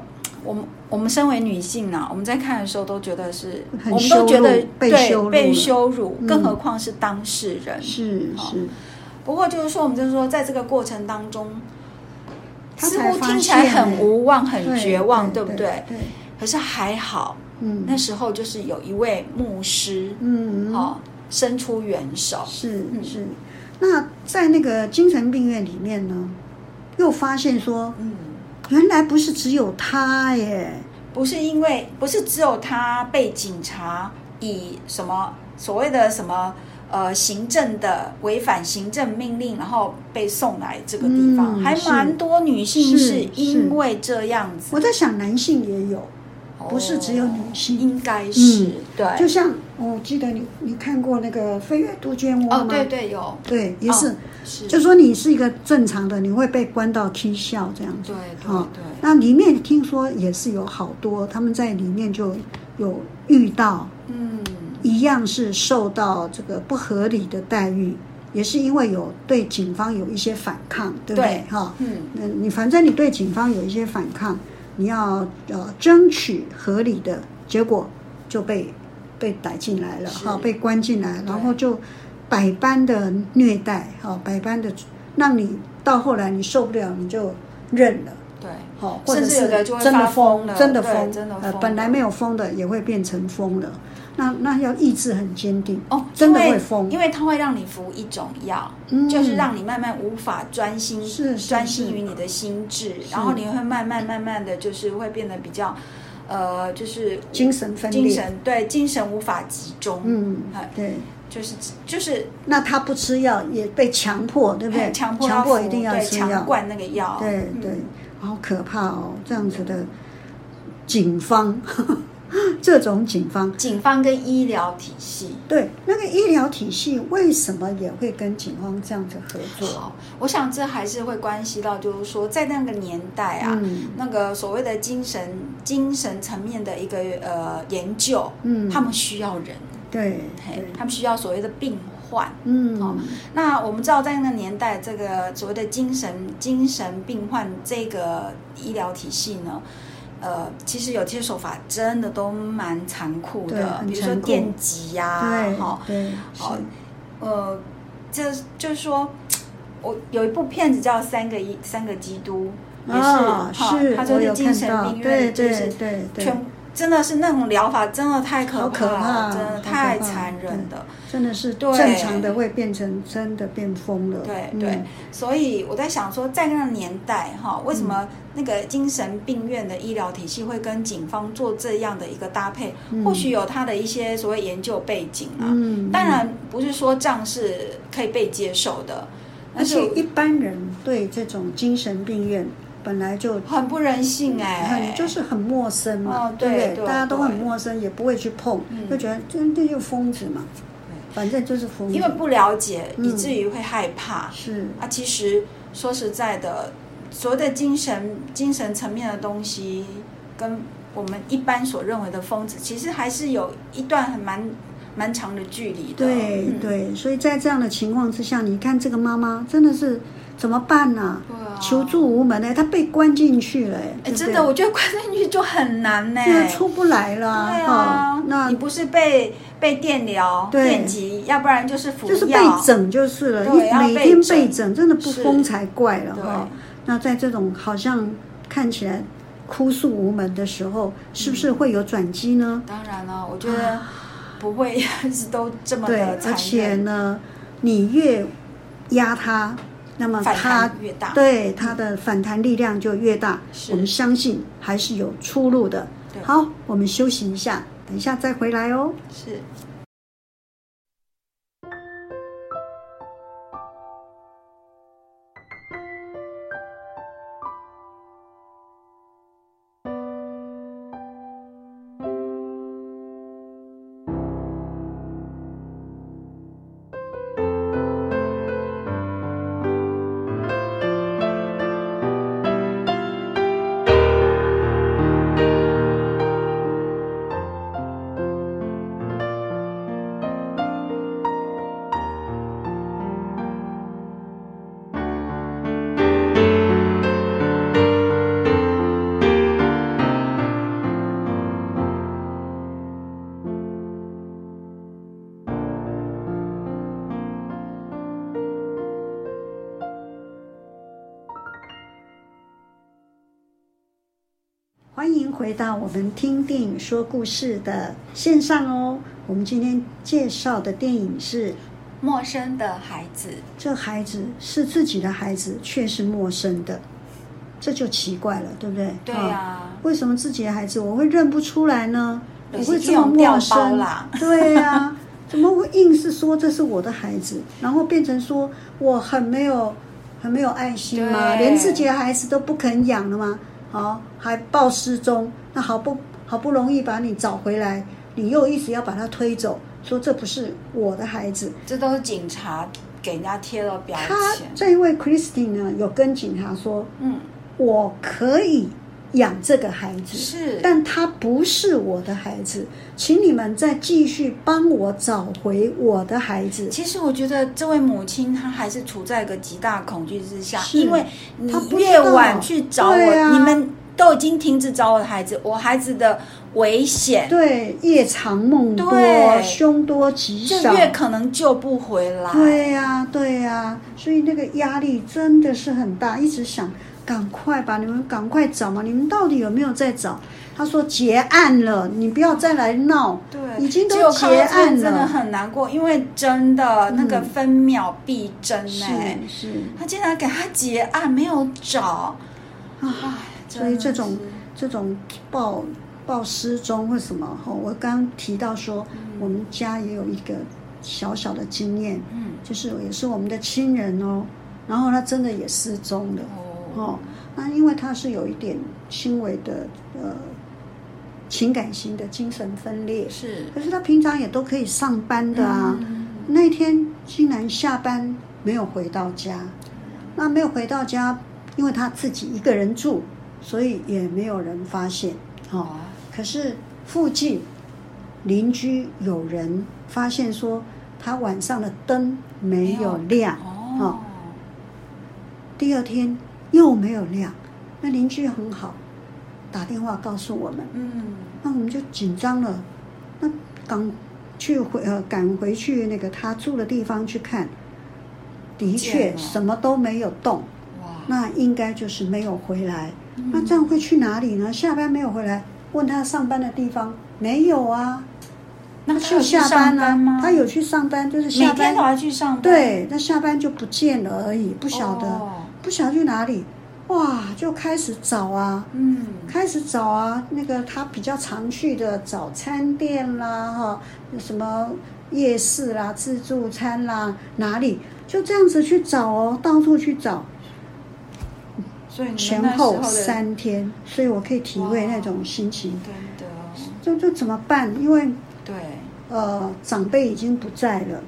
Speaker 2: 我们我们身为女性呢、啊我们在看的时候都觉得是，
Speaker 1: 很
Speaker 2: 我们都觉得
Speaker 1: 羞辱被
Speaker 2: 对
Speaker 1: 羞辱
Speaker 2: 被
Speaker 1: 了
Speaker 2: 羞辱，
Speaker 1: 嗯
Speaker 2: 更何况是当事人。
Speaker 1: 是
Speaker 2: 好
Speaker 1: 是，
Speaker 2: 不过就是说，我们就是说，在这个过程当中，
Speaker 1: 他
Speaker 2: 似
Speaker 1: 才
Speaker 2: 乎
Speaker 1: 发
Speaker 2: 听起来
Speaker 1: 现
Speaker 2: 很
Speaker 1: 欸
Speaker 2: 无望、很绝望，对
Speaker 1: 对
Speaker 2: 不
Speaker 1: 对
Speaker 2: 对？？可是还好，
Speaker 1: 嗯，
Speaker 2: 那时候就是有一位牧师，
Speaker 1: 嗯，
Speaker 2: 哦，伸出援手，
Speaker 1: 是
Speaker 2: 嗯
Speaker 1: 是。那在那个精神病院里面呢，又发现说，
Speaker 2: 嗯，
Speaker 1: 原来不是只有他耶，
Speaker 2: 不是因为不是只有他被警察以什么所谓的什么呃行政的违反行政命令，然后被送来这个地方，
Speaker 1: 嗯
Speaker 2: 还蛮多女性
Speaker 1: 是
Speaker 2: 是因为这样子，
Speaker 1: 我在想男性也有，
Speaker 2: 哦
Speaker 1: 不是只有女性
Speaker 2: 应该是、
Speaker 1: 嗯
Speaker 2: 对，
Speaker 1: 就像哦我记得你你看过那个《飞跃杜鹃窝》
Speaker 2: 哦
Speaker 1: 吗？
Speaker 2: 对对有
Speaker 1: 对也是
Speaker 2: 哦，是
Speaker 1: 就说你是一个正常的，你会被关到 K 校这样子。
Speaker 2: 对对
Speaker 1: 哦
Speaker 2: 对，
Speaker 1: 那里面听说也是有好多，他们在里面就有遇到，
Speaker 2: 嗯
Speaker 1: 一样是受到这个不合理的待遇，也是因为有对警方有一些反抗，对不对
Speaker 2: 对？
Speaker 1: 哈，
Speaker 2: 嗯
Speaker 1: 那你反正你对警方有一些反抗，你要呃争取合理的结果，就被被逮进来了，
Speaker 2: 是
Speaker 1: 哈，被关进来，
Speaker 2: 对
Speaker 1: 然后就百般的虐待，哈，百般的让你到后来你受不了，你就认了。
Speaker 2: 对，
Speaker 1: 好，或
Speaker 2: 甚
Speaker 1: 者
Speaker 2: 至有
Speaker 1: 是
Speaker 2: 的就会
Speaker 1: 真
Speaker 2: 发
Speaker 1: 的
Speaker 2: 疯了
Speaker 1: 真的
Speaker 2: 对
Speaker 1: 疯，
Speaker 2: 真的
Speaker 1: 呃，
Speaker 2: 疯
Speaker 1: 本
Speaker 2: 了
Speaker 1: 来没有疯的也会变成疯了。那那要意志很坚定
Speaker 2: 哦，
Speaker 1: 真的
Speaker 2: 因为
Speaker 1: 会疯，
Speaker 2: 因为它会让你服一种药，
Speaker 1: 嗯
Speaker 2: 就是让你慢慢无法专心，
Speaker 1: 是是
Speaker 2: 专心于你的心智，然后你会慢慢慢慢的就是会变得比较，呃，就是
Speaker 1: 精神分裂
Speaker 2: 精神对精神无法集中，
Speaker 1: 嗯
Speaker 2: 哎，
Speaker 1: 对。
Speaker 2: 就是就是
Speaker 1: 那他不吃药也被强迫，对不对？
Speaker 2: 哎强迫
Speaker 1: 强
Speaker 2: 要服
Speaker 1: 迫一定要
Speaker 2: 对
Speaker 1: 吃药，
Speaker 2: 强灌那个药，
Speaker 1: 对
Speaker 2: 嗯
Speaker 1: 对，好可怕哦！这样子的警方， 这种警方，
Speaker 2: 警方跟医疗体系。
Speaker 1: 对那个医疗体系为什么也会跟警方这样子合作？
Speaker 2: 好，我想这还是会关系到，就是说在那个年代啊，
Speaker 1: 嗯
Speaker 2: 那个所谓的精神精神层面的一个呃研究，
Speaker 1: 嗯
Speaker 2: 他们需要人，
Speaker 1: 对
Speaker 2: 嘿
Speaker 1: 对，
Speaker 2: 他们需要所谓的病患。哦
Speaker 1: 嗯，
Speaker 2: 那我们知道，在那个年代，这个所谓的精神精神病患这个医疗体系呢，呃，其实有些手法真的都蛮残酷
Speaker 1: 对
Speaker 2: 的，
Speaker 1: 很
Speaker 2: 比如说
Speaker 1: 残酷
Speaker 2: 电击呀、
Speaker 1: 对
Speaker 2: 哈、
Speaker 1: 对
Speaker 2: 啊好
Speaker 1: 是，
Speaker 2: 呃，这就是说，我有一部片子叫《三个一三个基督》，也是
Speaker 1: 啊，
Speaker 2: 哈
Speaker 1: 是
Speaker 2: 它就
Speaker 1: 我
Speaker 2: 是
Speaker 1: 有
Speaker 2: 精
Speaker 1: 看
Speaker 2: 神
Speaker 1: 到，
Speaker 2: 病院，
Speaker 1: 对
Speaker 2: 就
Speaker 1: 对
Speaker 2: 是
Speaker 1: 对对
Speaker 2: 全，真的是那种疗法，真的太
Speaker 1: 好
Speaker 2: 可
Speaker 1: 可
Speaker 2: 怕
Speaker 1: 怕
Speaker 2: 了，真
Speaker 1: 好
Speaker 2: 的
Speaker 1: 可
Speaker 2: 太
Speaker 1: 怕
Speaker 2: 残忍
Speaker 1: 对
Speaker 2: 了。
Speaker 1: 真的是
Speaker 2: 对
Speaker 1: 正常的会变成真的变疯了，
Speaker 2: 对
Speaker 1: 嗯
Speaker 2: 对，所以我在想说，在那个年代哈，为什
Speaker 1: 嗯
Speaker 2: 么那个精神病院的医疗体系会跟警方做这样的一个搭配？
Speaker 1: 嗯
Speaker 2: 或许有他的一些所谓研究背景啊。
Speaker 1: 嗯，
Speaker 2: 当然不是说这样是可以被接受的，
Speaker 1: 而
Speaker 2: 但是
Speaker 1: 且一般人对这种精神病院本来就
Speaker 2: 很不人性哎、
Speaker 1: 很就是很陌生嘛，
Speaker 2: 哦
Speaker 1: 对
Speaker 2: 对
Speaker 1: 不
Speaker 2: 对
Speaker 1: 大家都
Speaker 2: 对
Speaker 1: 很陌生，也不会去碰，
Speaker 2: 嗯
Speaker 1: 就觉得真的就疯子嘛，反正就是疯子，
Speaker 2: 因为不了解，
Speaker 1: 嗯
Speaker 2: 以至于会害怕。
Speaker 1: 是
Speaker 2: 啊，其实说实在的，所谓的精神精神层面的东西，跟我们一般所认为的疯子，其实还是有一段很蛮蛮长的距离的。
Speaker 1: 对
Speaker 2: 嗯、
Speaker 1: 对，所以在这样的情况之下，你看这个妈妈真的是怎么办呢、
Speaker 2: 对啊
Speaker 1: 求助无门呢、欸她被关进去了、哎
Speaker 2: 哎，
Speaker 1: 对不对
Speaker 2: 真的，我觉得关进去就很难呢、
Speaker 1: 对啊出不来了，
Speaker 2: 对
Speaker 1: 哦
Speaker 2: 啊，
Speaker 1: 那
Speaker 2: 你不是被被电疗、
Speaker 1: 对
Speaker 2: 电击，要不然就是服药，
Speaker 1: 就是被整就是了，
Speaker 2: 对
Speaker 1: 一
Speaker 2: 要
Speaker 1: 每
Speaker 2: 被
Speaker 1: 天
Speaker 2: 整
Speaker 1: 被整，真的不
Speaker 2: 是
Speaker 1: 疯才怪了
Speaker 2: 对
Speaker 1: 哈、那在这种好像看起来哭诉无门的时候，是不是会有转机呢？
Speaker 2: 当然了，我觉得不会 一直都这么
Speaker 1: 啊对
Speaker 2: 的，残
Speaker 1: 而
Speaker 2: 忍，
Speaker 1: 且呢，你越压它，那么
Speaker 2: 反
Speaker 1: 它
Speaker 2: 弹越大。
Speaker 1: 对它的反弹力量就越大。
Speaker 2: 是
Speaker 1: 我们相信还是有出路的
Speaker 2: 对。
Speaker 1: 好，我们休息一下，等一下再回来哦。
Speaker 2: 是
Speaker 1: 欢迎回到我们听电影说故事的线上哦。我们今天介绍的电影是《
Speaker 2: 陌生的孩子，
Speaker 1: 这孩子是自己的孩子，却是陌生的》，这就奇怪了，对不对？
Speaker 2: 对
Speaker 1: 啊
Speaker 2: 啊，
Speaker 1: 为什么自己的孩子我会认不出来呢？我
Speaker 2: 有些
Speaker 1: 会这么陌
Speaker 2: 这种调包
Speaker 1: 生
Speaker 2: 啦？
Speaker 1: 对呀、怎么会硬是说这是我的孩子，然后变成说我很没有很没有爱心吗？
Speaker 2: 对
Speaker 1: 连自己的孩子都不肯养了吗？好、还报失踪，那好不好不容易把你找回来，你又一直要把他推走，说这不是我的孩子。
Speaker 2: 这都是警察给人家贴了标
Speaker 1: 他
Speaker 2: 签。
Speaker 1: 这一位 Christine 呢，有跟警察说，
Speaker 2: 嗯，
Speaker 1: 我可以养这个孩子，
Speaker 2: 是，
Speaker 1: 但他不是我的孩子，请你们再继续帮我找回我的孩子。
Speaker 2: 其实我觉得这位母亲她还是处在一个极大恐惧之下，
Speaker 1: 是
Speaker 2: 因为你
Speaker 1: 她不知道
Speaker 2: 越晚去找我，
Speaker 1: 对啊
Speaker 2: 你们都已经停止找我的孩子，我孩子的危险
Speaker 1: 对，夜长梦多
Speaker 2: 对，
Speaker 1: 凶多吉
Speaker 2: 就
Speaker 1: 少。
Speaker 2: 越可能救不回来。
Speaker 1: 对呀、对呀、所以那个压力真的是很大，一直想赶快吧，你们赶快找嘛，你们到底有没有在找？他说结案了，你不要再来闹。
Speaker 2: 对，
Speaker 1: 已经都
Speaker 2: 只有看到
Speaker 1: 结
Speaker 2: 这个
Speaker 1: 案
Speaker 2: 真的
Speaker 1: 了
Speaker 2: 很难过，因为真的那个
Speaker 1: 嗯
Speaker 2: 分秒必争欸
Speaker 1: 是
Speaker 2: 呢、
Speaker 1: 哎是，
Speaker 2: 他竟然给他结案，没有找，啊唉，
Speaker 1: 所以
Speaker 2: 真的
Speaker 1: 这种
Speaker 2: 是
Speaker 1: 这种报报失踪或什么哈，我刚提到说，我们家也有一个小小的经验，
Speaker 2: 嗯
Speaker 1: 就是也是我们的亲人哦，然后他真的也失踪了
Speaker 2: 哦
Speaker 1: 哦，那因为他是有一点轻微的呃情感型的精神分裂，
Speaker 2: 是
Speaker 1: 可是他平常也都可以上班的啊，
Speaker 2: 嗯
Speaker 1: 那天竟然下班没有回到家，那没有回到家，因为他自己一个人住，所以也没有人发现。哦，
Speaker 2: 哦
Speaker 1: 可是附近邻居有人发现说他晚上的灯没有亮，
Speaker 2: 哦
Speaker 1: 哦，第二天又没有亮，那邻居很好，打电话告诉我们，
Speaker 2: 嗯，
Speaker 1: 那我们就紧张了，那赶去回呃赶回去那个他住的地方去看，的
Speaker 2: 见
Speaker 1: 确
Speaker 2: 了
Speaker 1: 什么都没有动，
Speaker 2: 哇，
Speaker 1: 那应该就是没有回来。
Speaker 2: 嗯
Speaker 1: 那这样会去哪里呢？下班没有回来，问他上班的地方没有啊？
Speaker 2: 那他
Speaker 1: 去
Speaker 2: 有去
Speaker 1: 下
Speaker 2: 上
Speaker 1: 班
Speaker 2: 班
Speaker 1: 啊
Speaker 2: 吗？，
Speaker 1: 他有去上班，就是
Speaker 2: 每
Speaker 1: 下
Speaker 2: 天都
Speaker 1: 班
Speaker 2: 要去上班，哦
Speaker 1: 对，那下班就不见了而已，不
Speaker 2: 不
Speaker 1: 晓得、不晓得去哪里，哇，就开始找啊。
Speaker 2: 嗯，
Speaker 1: 开始找啊，那个他比较常去的早餐店啦，哈，什么夜市啦、自助餐啦，哪里就这样子去找哦，到处去找，
Speaker 2: 所以你们
Speaker 1: 前
Speaker 2: 那时
Speaker 1: 后
Speaker 2: 的
Speaker 1: 三天，所以我可以体会那种心情，
Speaker 2: 真的
Speaker 1: 就就怎么办？因为
Speaker 2: 对，
Speaker 1: 呃，长辈已经不在了，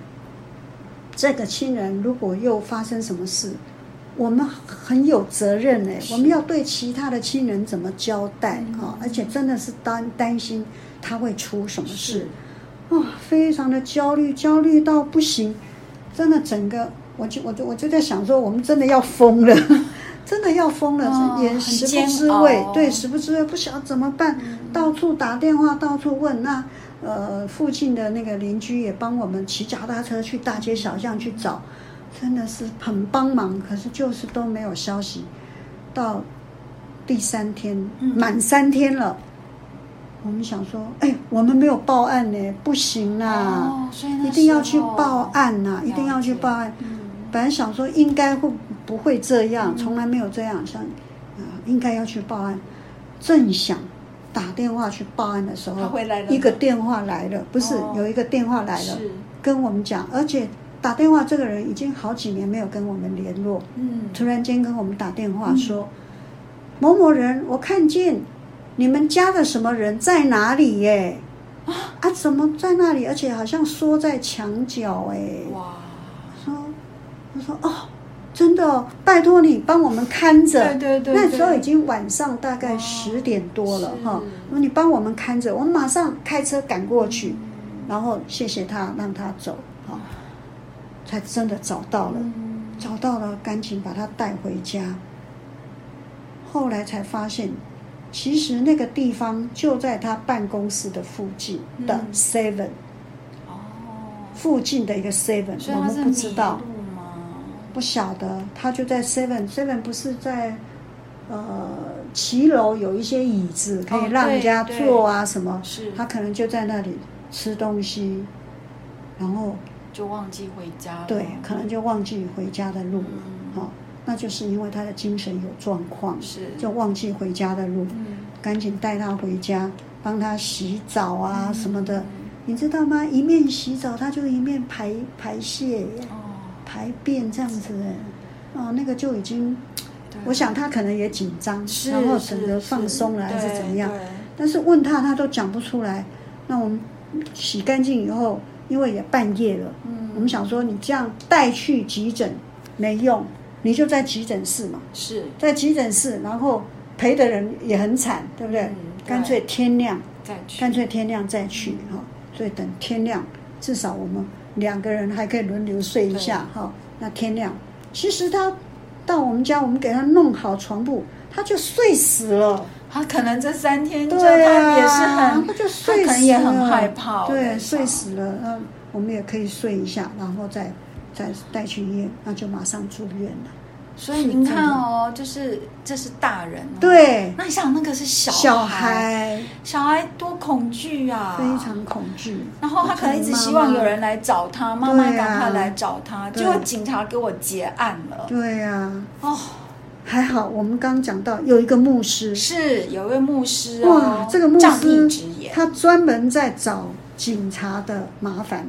Speaker 1: 这个亲人如果又发生什么事，我们很有责任哎、
Speaker 2: 是
Speaker 1: 我们要对其他的亲人怎么交代
Speaker 2: 嗯
Speaker 1: 哈、而且真的是担担心他会出什么事哦，非常的焦虑，焦虑到不行，真的整个我就我就我就在想说，我们真的要疯了。 真的要疯了，
Speaker 2: 哦
Speaker 1: 也
Speaker 2: 很
Speaker 1: 食
Speaker 2: 煎
Speaker 1: 不知味
Speaker 2: 熬，
Speaker 1: 对，食不知味，不晓得怎么办，
Speaker 2: 嗯
Speaker 1: 到处打电话，到处问。那呃，附近的那个邻居也帮我们骑脚踏车去大街小巷去找，真的是很帮忙，可是就是都没有消息。到第三天，
Speaker 2: 嗯
Speaker 1: 满三天了，我们想说，哎，我们没有报案呢，不行啦，
Speaker 2: 哦，所以那
Speaker 1: 一定要
Speaker 2: 时
Speaker 1: 去
Speaker 2: 候哦
Speaker 1: 报。案呐，
Speaker 2: 了解
Speaker 1: 一定要去报案。
Speaker 2: 嗯，
Speaker 1: 本来想说应该会不会这样，
Speaker 2: 嗯
Speaker 1: 从来没有这样，想啊应该要去报案。正想打电话去报案的时
Speaker 2: 他
Speaker 1: 候，
Speaker 2: 回来了吗
Speaker 1: 一个电话来了，不是、
Speaker 2: 哦
Speaker 1: 有一个电话来了，
Speaker 2: 是，
Speaker 1: 跟我们讲，而且打电话这个人已经好几年没有跟我们联络，
Speaker 2: 嗯，
Speaker 1: 突然间跟我们打电话说，某某人，我看见你们家的什么人在哪里耶？啊，怎么在那里？而且好像缩在墙角哎。
Speaker 2: 哇，
Speaker 1: 说，他说哦，真的、哦，拜托你帮我们看着。
Speaker 2: 对对对，
Speaker 1: 那时候
Speaker 2: 对
Speaker 1: 已经晚上大概
Speaker 2: 哦
Speaker 1: 十点多了
Speaker 2: 是
Speaker 1: 哈，我说你帮我们看着，我马上开车赶过去，然后谢谢他，让他走哈，才真的找到了，
Speaker 2: 嗯
Speaker 1: 找到了，赶紧把他带回家。后来才发现，其实那个地方就在他办公室的附近的
Speaker 2: 嗯
Speaker 1: Seven、
Speaker 2: 哦，
Speaker 1: 附近的一个 Seven，
Speaker 2: 所以
Speaker 1: 我
Speaker 2: 他
Speaker 1: 们
Speaker 2: 是
Speaker 1: 不知道。
Speaker 2: 迷路吗？
Speaker 1: 不晓得，他就在 Seven Seven 不是在呃骑楼有一些椅子可以让人家坐啊什么，
Speaker 2: 哦是，
Speaker 1: 他可能就在那里吃东西，然后
Speaker 2: 就忘记回家了。
Speaker 1: 对，可能就忘记回家的路了，
Speaker 2: 哦嗯
Speaker 1: 哦，那就是因为他的精神有状况，
Speaker 2: 是，
Speaker 1: 就忘记回家的路，
Speaker 2: 嗯
Speaker 1: 赶紧带他回家，帮他洗澡啊
Speaker 2: 嗯
Speaker 1: 什么的，你知道吗？一面洗澡他就一面排排泄耶
Speaker 2: 哦，
Speaker 1: 排便这样子耶，哦，那个就已经。
Speaker 2: 对
Speaker 1: 我想他可能也紧张，
Speaker 2: 嗯是
Speaker 1: 然后
Speaker 2: 是
Speaker 1: 整个放松了还是
Speaker 2: 对
Speaker 1: 怎么样？
Speaker 2: 对
Speaker 1: 但是问他他都讲不出来。那我们洗干净以后，因为也半夜了，
Speaker 2: 嗯
Speaker 1: 我们想说你这样带去急诊没用，你就在急诊室嘛，
Speaker 2: 是
Speaker 1: 在急诊室，然后陪的人也很惨，对不对？
Speaker 2: 嗯对
Speaker 1: 干脆天亮，
Speaker 2: 再去，
Speaker 1: 干脆天亮再去哈、所以等天亮，至少我们两个人还可以轮流睡一下哈、那天亮，其实他到我们家，我们给他弄好床铺，他就睡死了。
Speaker 2: 他啊可能这三天就
Speaker 1: 对啊，
Speaker 2: 他也是很，
Speaker 1: 他就睡死了，
Speaker 2: 他可能也很害怕我在
Speaker 1: 对，
Speaker 2: 想
Speaker 1: 睡死了。那我们也可以睡一下，然后再再带去医院，那就马上住院了。
Speaker 2: 所以你看哦，就是这是大人、哦，。
Speaker 1: 对，
Speaker 2: 那你想那个是小
Speaker 1: 小
Speaker 2: 孩，
Speaker 1: 孩
Speaker 2: 小孩多恐惧啊！
Speaker 1: 非。常恐惧，
Speaker 2: 然后他可能一直希望有人来找他，妈
Speaker 1: 妈
Speaker 2: 妈
Speaker 1: 对啊
Speaker 2: 赶快来找他，
Speaker 1: 对
Speaker 2: 结果警察给我结案了。
Speaker 1: 对呀、啊。
Speaker 2: 哦，
Speaker 1: 还好，我们刚讲到有一个牧师，
Speaker 2: 是有一位牧师哦
Speaker 1: 哇，，这个牧
Speaker 2: 仗义
Speaker 1: 师
Speaker 2: 直言，
Speaker 1: 他专门在找警察的麻烦。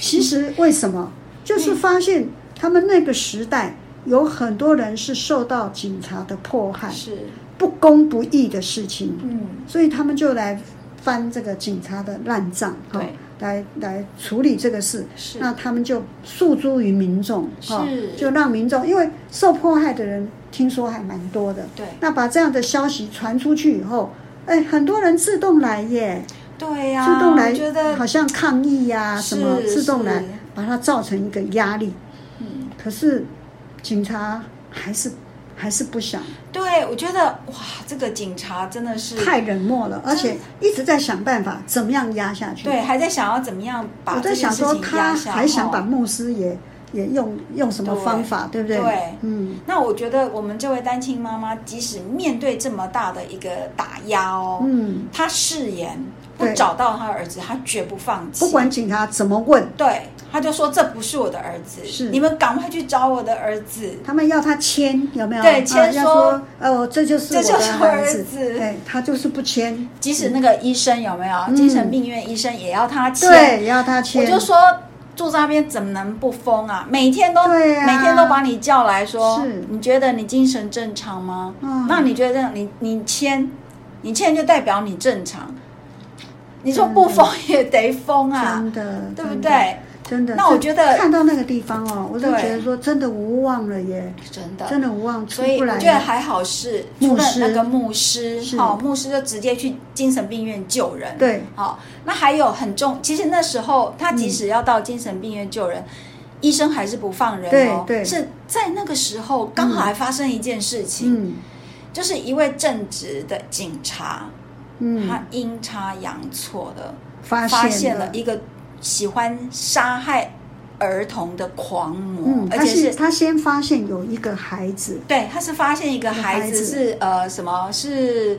Speaker 1: 其实为什么？就是发现他们那个时代有很多人是受到警察的迫害，
Speaker 2: 是，
Speaker 1: 不公不义的事情，
Speaker 2: 嗯，
Speaker 1: 所以他们就来翻这个警察的烂账，哈
Speaker 2: 对，
Speaker 1: 来来处理这个事。
Speaker 2: 是，
Speaker 1: 那他们就诉诸于民众，哈
Speaker 2: 是
Speaker 1: 就让民众，因为受迫害的人听说还蛮多的，
Speaker 2: 对
Speaker 1: 那把这样的消息传出去以后，哎，很多人自动来耶，
Speaker 2: 对呀、
Speaker 1: 自动来，
Speaker 2: 我觉得
Speaker 1: 好像抗议呀、
Speaker 2: 是
Speaker 1: 什么自动来
Speaker 2: 是，
Speaker 1: 把它造成一个压力。
Speaker 2: 嗯，
Speaker 1: 可是警察还是还是不想，
Speaker 2: 对，我觉得哇，这个警察真的是
Speaker 1: 太冷漠了，而且一直在想办法怎么样压下去。
Speaker 2: 对，，还在想要怎么样把
Speaker 1: 我在
Speaker 2: 这件
Speaker 1: 想
Speaker 2: 事
Speaker 1: 说
Speaker 2: 情
Speaker 1: 他
Speaker 2: 压下
Speaker 1: 还想把
Speaker 2: 哦
Speaker 1: 牧师也也用用什么
Speaker 2: 对
Speaker 1: 方法，对不对？
Speaker 2: 对
Speaker 1: 嗯，
Speaker 2: 那我觉得我们这位单亲妈妈，即使面对这么大的一个打压哦，
Speaker 1: 嗯，
Speaker 2: 她誓言不
Speaker 1: 对
Speaker 2: 找到她儿子，她绝不放弃。
Speaker 1: 不管警察怎么问，
Speaker 2: 对，她就说这不是我的儿子，
Speaker 1: 是
Speaker 2: 你们赶快去找我的儿子。
Speaker 1: 他们要他签，有没有？
Speaker 2: 对
Speaker 1: 啊
Speaker 2: 签
Speaker 1: 要
Speaker 2: 说
Speaker 1: 说，哦，这就是
Speaker 2: 这
Speaker 1: 我
Speaker 2: 就是
Speaker 1: 的
Speaker 2: 我
Speaker 1: 孩
Speaker 2: 儿
Speaker 1: 子
Speaker 2: 子，
Speaker 1: 对，他就是不签，
Speaker 2: 即使那个医生有没有、
Speaker 1: 嗯
Speaker 2: 精神病院医生也要她签，
Speaker 1: 对，要他
Speaker 2: 我
Speaker 1: 签，
Speaker 2: 就说。住在那边怎么能不疯啊？每天都、
Speaker 1: 对啊
Speaker 2: 每天都把你叫来说
Speaker 1: 是，
Speaker 2: 你觉得你精神正常吗？
Speaker 1: 嗯
Speaker 2: 那你觉得你你签，你签就代表你正常。你说不疯也得疯啊，
Speaker 1: 真的，
Speaker 2: 对不
Speaker 1: 真的？
Speaker 2: 对？
Speaker 1: 真的。
Speaker 2: 那我
Speaker 1: 真
Speaker 2: 觉得
Speaker 1: 看到那个地方哦，我就
Speaker 2: 对
Speaker 1: 觉得说真的无望了耶，
Speaker 2: 真的，
Speaker 1: 真的无望，出
Speaker 2: 所以
Speaker 1: 不
Speaker 2: 我
Speaker 1: 来
Speaker 2: 觉得
Speaker 1: 了。
Speaker 2: 还好是除
Speaker 1: 牧
Speaker 2: 了
Speaker 1: 师
Speaker 2: 那个牧师，
Speaker 1: 是
Speaker 2: 好、牧师就直接去精神病院救人。，
Speaker 1: 对，
Speaker 2: 好、那还有很重，其实那时候他即
Speaker 1: 嗯
Speaker 2: 使要到精神病院救人。医生还是不放人哦，
Speaker 1: 对对
Speaker 2: 是在那个时候刚好还发生一件事情，
Speaker 1: 嗯
Speaker 2: 就是一位正直的警察，
Speaker 1: 嗯，
Speaker 2: 他阴差阳错的
Speaker 1: 发
Speaker 2: 发
Speaker 1: 现
Speaker 2: 现了一个喜欢杀害儿童的狂魔，
Speaker 1: 嗯，
Speaker 2: 而
Speaker 1: 他
Speaker 2: 且是
Speaker 1: 是他先发现有一个孩子，
Speaker 2: 对，他是发现一个孩
Speaker 1: 一个孩
Speaker 2: 子
Speaker 1: 子
Speaker 2: 是呃什么是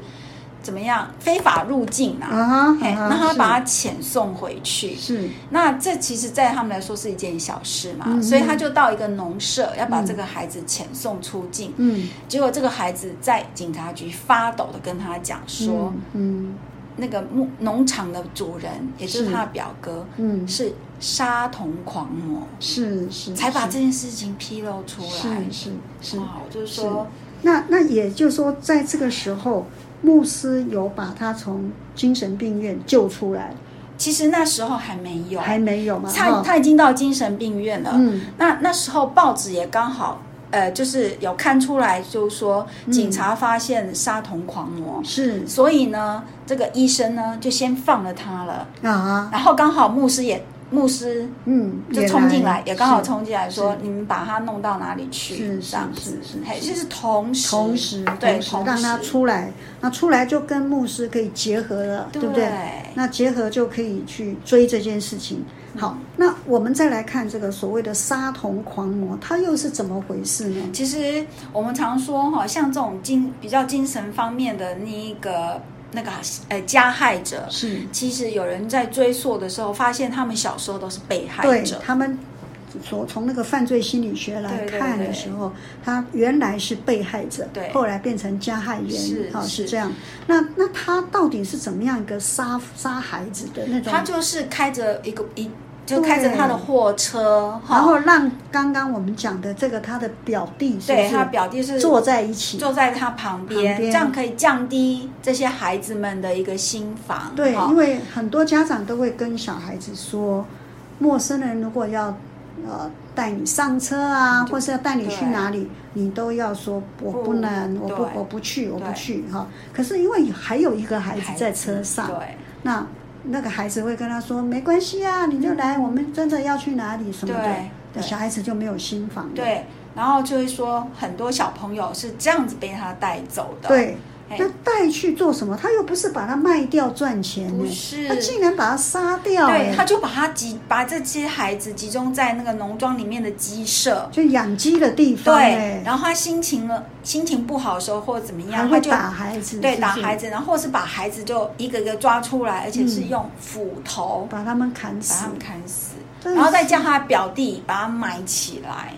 Speaker 2: 怎么样非法入境啊，
Speaker 1: 啊哈，
Speaker 2: 嘿，
Speaker 1: 啊哈
Speaker 2: 那他
Speaker 1: 是
Speaker 2: 把他遣送回去。
Speaker 1: 是
Speaker 2: 那这其实，在他们来说是一件小事嘛，
Speaker 1: 嗯
Speaker 2: 所以他就到一个农舍，要把这个孩子遣送出境。
Speaker 1: 嗯
Speaker 2: 结果这个孩子在警察局发抖的跟他讲说，
Speaker 1: 嗯
Speaker 2: 那个牧农场的主人，也就是
Speaker 1: 是
Speaker 2: 他的表哥，
Speaker 1: 嗯
Speaker 2: 是杀童狂魔，
Speaker 1: 是是
Speaker 2: 才把
Speaker 1: 是
Speaker 2: 这件事情披露出来
Speaker 1: 是。是是
Speaker 2: 哇，我就是说，
Speaker 1: 那那也就是说，在这个时候，牧师有把他从精神病院救出来，
Speaker 2: 其实那时候还没有，
Speaker 1: 还没有嘛？
Speaker 2: 他
Speaker 1: 哈
Speaker 2: 他已经到精神病院了。
Speaker 1: 嗯
Speaker 2: 那那时候报纸也刚好，呃，就是有看出来，就是说
Speaker 1: 嗯
Speaker 2: 警察发现杀童狂魔，
Speaker 1: 是
Speaker 2: 所以呢，这个医生呢就先放了他了。
Speaker 1: 啊
Speaker 2: 然后刚好牧师也牧师
Speaker 1: 嗯
Speaker 2: 就冲进来，
Speaker 1: 也
Speaker 2: 也刚好
Speaker 1: 是
Speaker 2: 冲进来说
Speaker 1: 是：“
Speaker 2: 你们把他弄到哪里去？”
Speaker 1: 是是
Speaker 2: 这样子，
Speaker 1: 是是
Speaker 2: 嘿，
Speaker 1: 是
Speaker 2: 就是同时
Speaker 1: 同时
Speaker 2: 对
Speaker 1: 同时
Speaker 2: 同
Speaker 1: 让他出来，那出来就跟牧师可以结合了，
Speaker 2: 对
Speaker 1: 不对？那结合就可以去追这件事情。
Speaker 2: 嗯
Speaker 1: 好，那我们再来看这个所谓的杀童狂魔，他又是怎么回事呢？
Speaker 2: 其实我们常说哈，像这种精比较精神方面的那一个那个呃加害者，
Speaker 1: 是
Speaker 2: 其实有人在追溯的时候，发现他们小时候都是被害
Speaker 1: 对
Speaker 2: 者。
Speaker 1: 他们所从那个犯罪心理学来
Speaker 2: 对对
Speaker 1: 看
Speaker 2: 对
Speaker 1: 的时候，他原来是被害者，
Speaker 2: 对
Speaker 1: 后来变成加害人，
Speaker 2: 是
Speaker 1: 好
Speaker 2: 是
Speaker 1: 是这样。那那他到底是怎么样一个杀杀孩子的那种？
Speaker 2: 他就是开着一个一就开着他的
Speaker 1: 对
Speaker 2: 货车，哈
Speaker 1: 然后让刚刚我们讲的这个他的表弟是不
Speaker 2: 对
Speaker 1: 是
Speaker 2: 他表弟是
Speaker 1: 坐在一起？
Speaker 2: 坐在他旁边，
Speaker 1: 旁边
Speaker 2: 这样可以降低这些孩子们的一个心防。
Speaker 1: 对，
Speaker 2: 哈
Speaker 1: 因为很多家长都会跟小孩子说，陌生人如果要呃带你上车啊，
Speaker 2: 嗯就
Speaker 1: 或是要带你去
Speaker 2: 对
Speaker 1: 哪里，你都要说我
Speaker 2: 不
Speaker 1: 不能，我不
Speaker 2: 对
Speaker 1: 我不去，我不
Speaker 2: 对
Speaker 1: 去哈。可是因为还有一个孩子
Speaker 2: 孩
Speaker 1: 在车上，
Speaker 2: 对
Speaker 1: 那那个孩子会跟他说没关系啊，你就来，我们真的要去哪里什么的
Speaker 2: 嗯对，
Speaker 1: 那
Speaker 2: 对
Speaker 1: 小孩子就没有心防了。
Speaker 2: 对，然后就会说很多小朋友是这样子被他带走的。
Speaker 1: 对，
Speaker 2: 嘿，
Speaker 1: 那带去做什么？他又不是把它卖掉赚钱
Speaker 2: 不
Speaker 1: 呢，
Speaker 2: 是
Speaker 1: 他竟然把它杀掉，
Speaker 2: 对，
Speaker 1: 哎
Speaker 2: 他就把他集把这些孩子集中在那个农庄里面的鸡舍。
Speaker 1: 就养鸡的地方，
Speaker 2: 对
Speaker 1: 哎，
Speaker 2: 然后他心情了，心情不好的时候或者怎么
Speaker 1: 还
Speaker 2: 样，他
Speaker 1: 会
Speaker 2: 就
Speaker 1: 打孩子，
Speaker 2: 对
Speaker 1: 是不是
Speaker 2: 打孩，子，然后或是把孩子就一个一个抓出来，而且
Speaker 1: 嗯
Speaker 2: 是用斧头
Speaker 1: 把他们砍
Speaker 2: 把
Speaker 1: 死
Speaker 2: 他，们砍死，
Speaker 1: 真的
Speaker 2: 然后再
Speaker 1: 是
Speaker 2: 叫他表弟把他埋起来，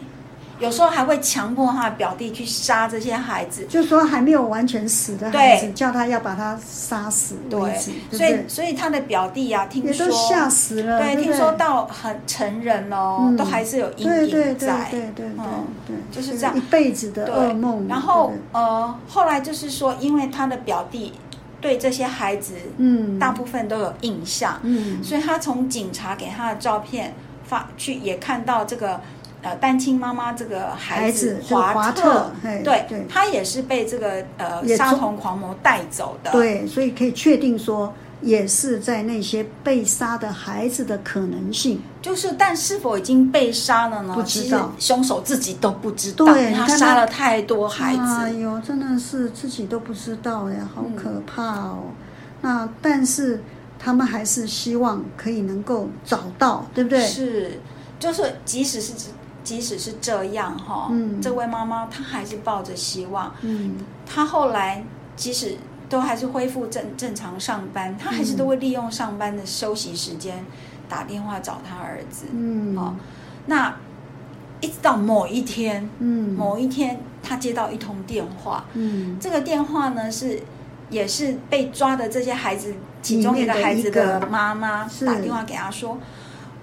Speaker 2: 有时候还会强迫他的表弟去杀这些孩子。
Speaker 1: 就说还没有完全死的孩子，
Speaker 2: 对
Speaker 1: 叫他要把他杀死为
Speaker 2: 对
Speaker 1: 止，，
Speaker 2: 所
Speaker 1: 对
Speaker 2: 以
Speaker 1: 不
Speaker 2: 所以他的表弟啊，听
Speaker 1: 对？也
Speaker 2: 说
Speaker 1: 都吓死了，
Speaker 2: 对，
Speaker 1: 对不对，
Speaker 2: 听说到很成人哦，
Speaker 1: 嗯
Speaker 2: 都还是有阴
Speaker 1: 对对对
Speaker 2: 影
Speaker 1: 对
Speaker 2: 在。
Speaker 1: 对对
Speaker 2: 嗯
Speaker 1: 对，
Speaker 2: 就是这样
Speaker 1: 一辈子的
Speaker 2: 对
Speaker 1: 噩梦。
Speaker 2: 然后
Speaker 1: 对不对
Speaker 2: 呃，后来就是说，因为他的表弟对这些孩子
Speaker 1: 嗯，
Speaker 2: 大部分都有印象，
Speaker 1: 嗯
Speaker 2: 所以他从警察给他的照片发去，也看到这个呃单亲妈妈这个孩
Speaker 1: 孩子
Speaker 2: 子
Speaker 1: 这个华特
Speaker 2: 特，
Speaker 1: 嘿
Speaker 2: 对
Speaker 1: 对
Speaker 2: 他也是被这个呃
Speaker 1: 也
Speaker 2: 杀
Speaker 1: 中
Speaker 2: 童狂魔带走的。
Speaker 1: 对，所以可以确定说，也是在那些被杀的孩子的可能性。
Speaker 2: 就是，但是否已经被杀了呢？
Speaker 1: 不知道
Speaker 2: 其实凶手自己都不知道，
Speaker 1: 对
Speaker 2: 因为他
Speaker 1: 你看他
Speaker 2: 杀了太多孩子。嗯
Speaker 1: 哎呦，真的是自己都不知道呀，好可怕哦。那但是他们还是希望可以能够找到，对不对？
Speaker 2: 是，就是即使是即使是这样哈、
Speaker 1: 嗯
Speaker 2: 这位妈妈她还是抱着希望，
Speaker 1: 嗯，
Speaker 2: 她后来即使都还是恢复正正常上班，她还是
Speaker 1: 嗯
Speaker 2: 都会利用上班的休息时间打电话找她儿子。
Speaker 1: 嗯，
Speaker 2: 哦，那一直到某一天，
Speaker 1: 嗯，
Speaker 2: 某一天她接到一通电话，
Speaker 1: 嗯，
Speaker 2: 这个电话呢是。也是被抓的这些孩子其
Speaker 1: 里
Speaker 2: 中一
Speaker 1: 面
Speaker 2: 个
Speaker 1: 的
Speaker 2: 孩
Speaker 1: 一
Speaker 2: 子的
Speaker 1: 个
Speaker 2: 妈妈
Speaker 1: 是
Speaker 2: 打电话给他说：“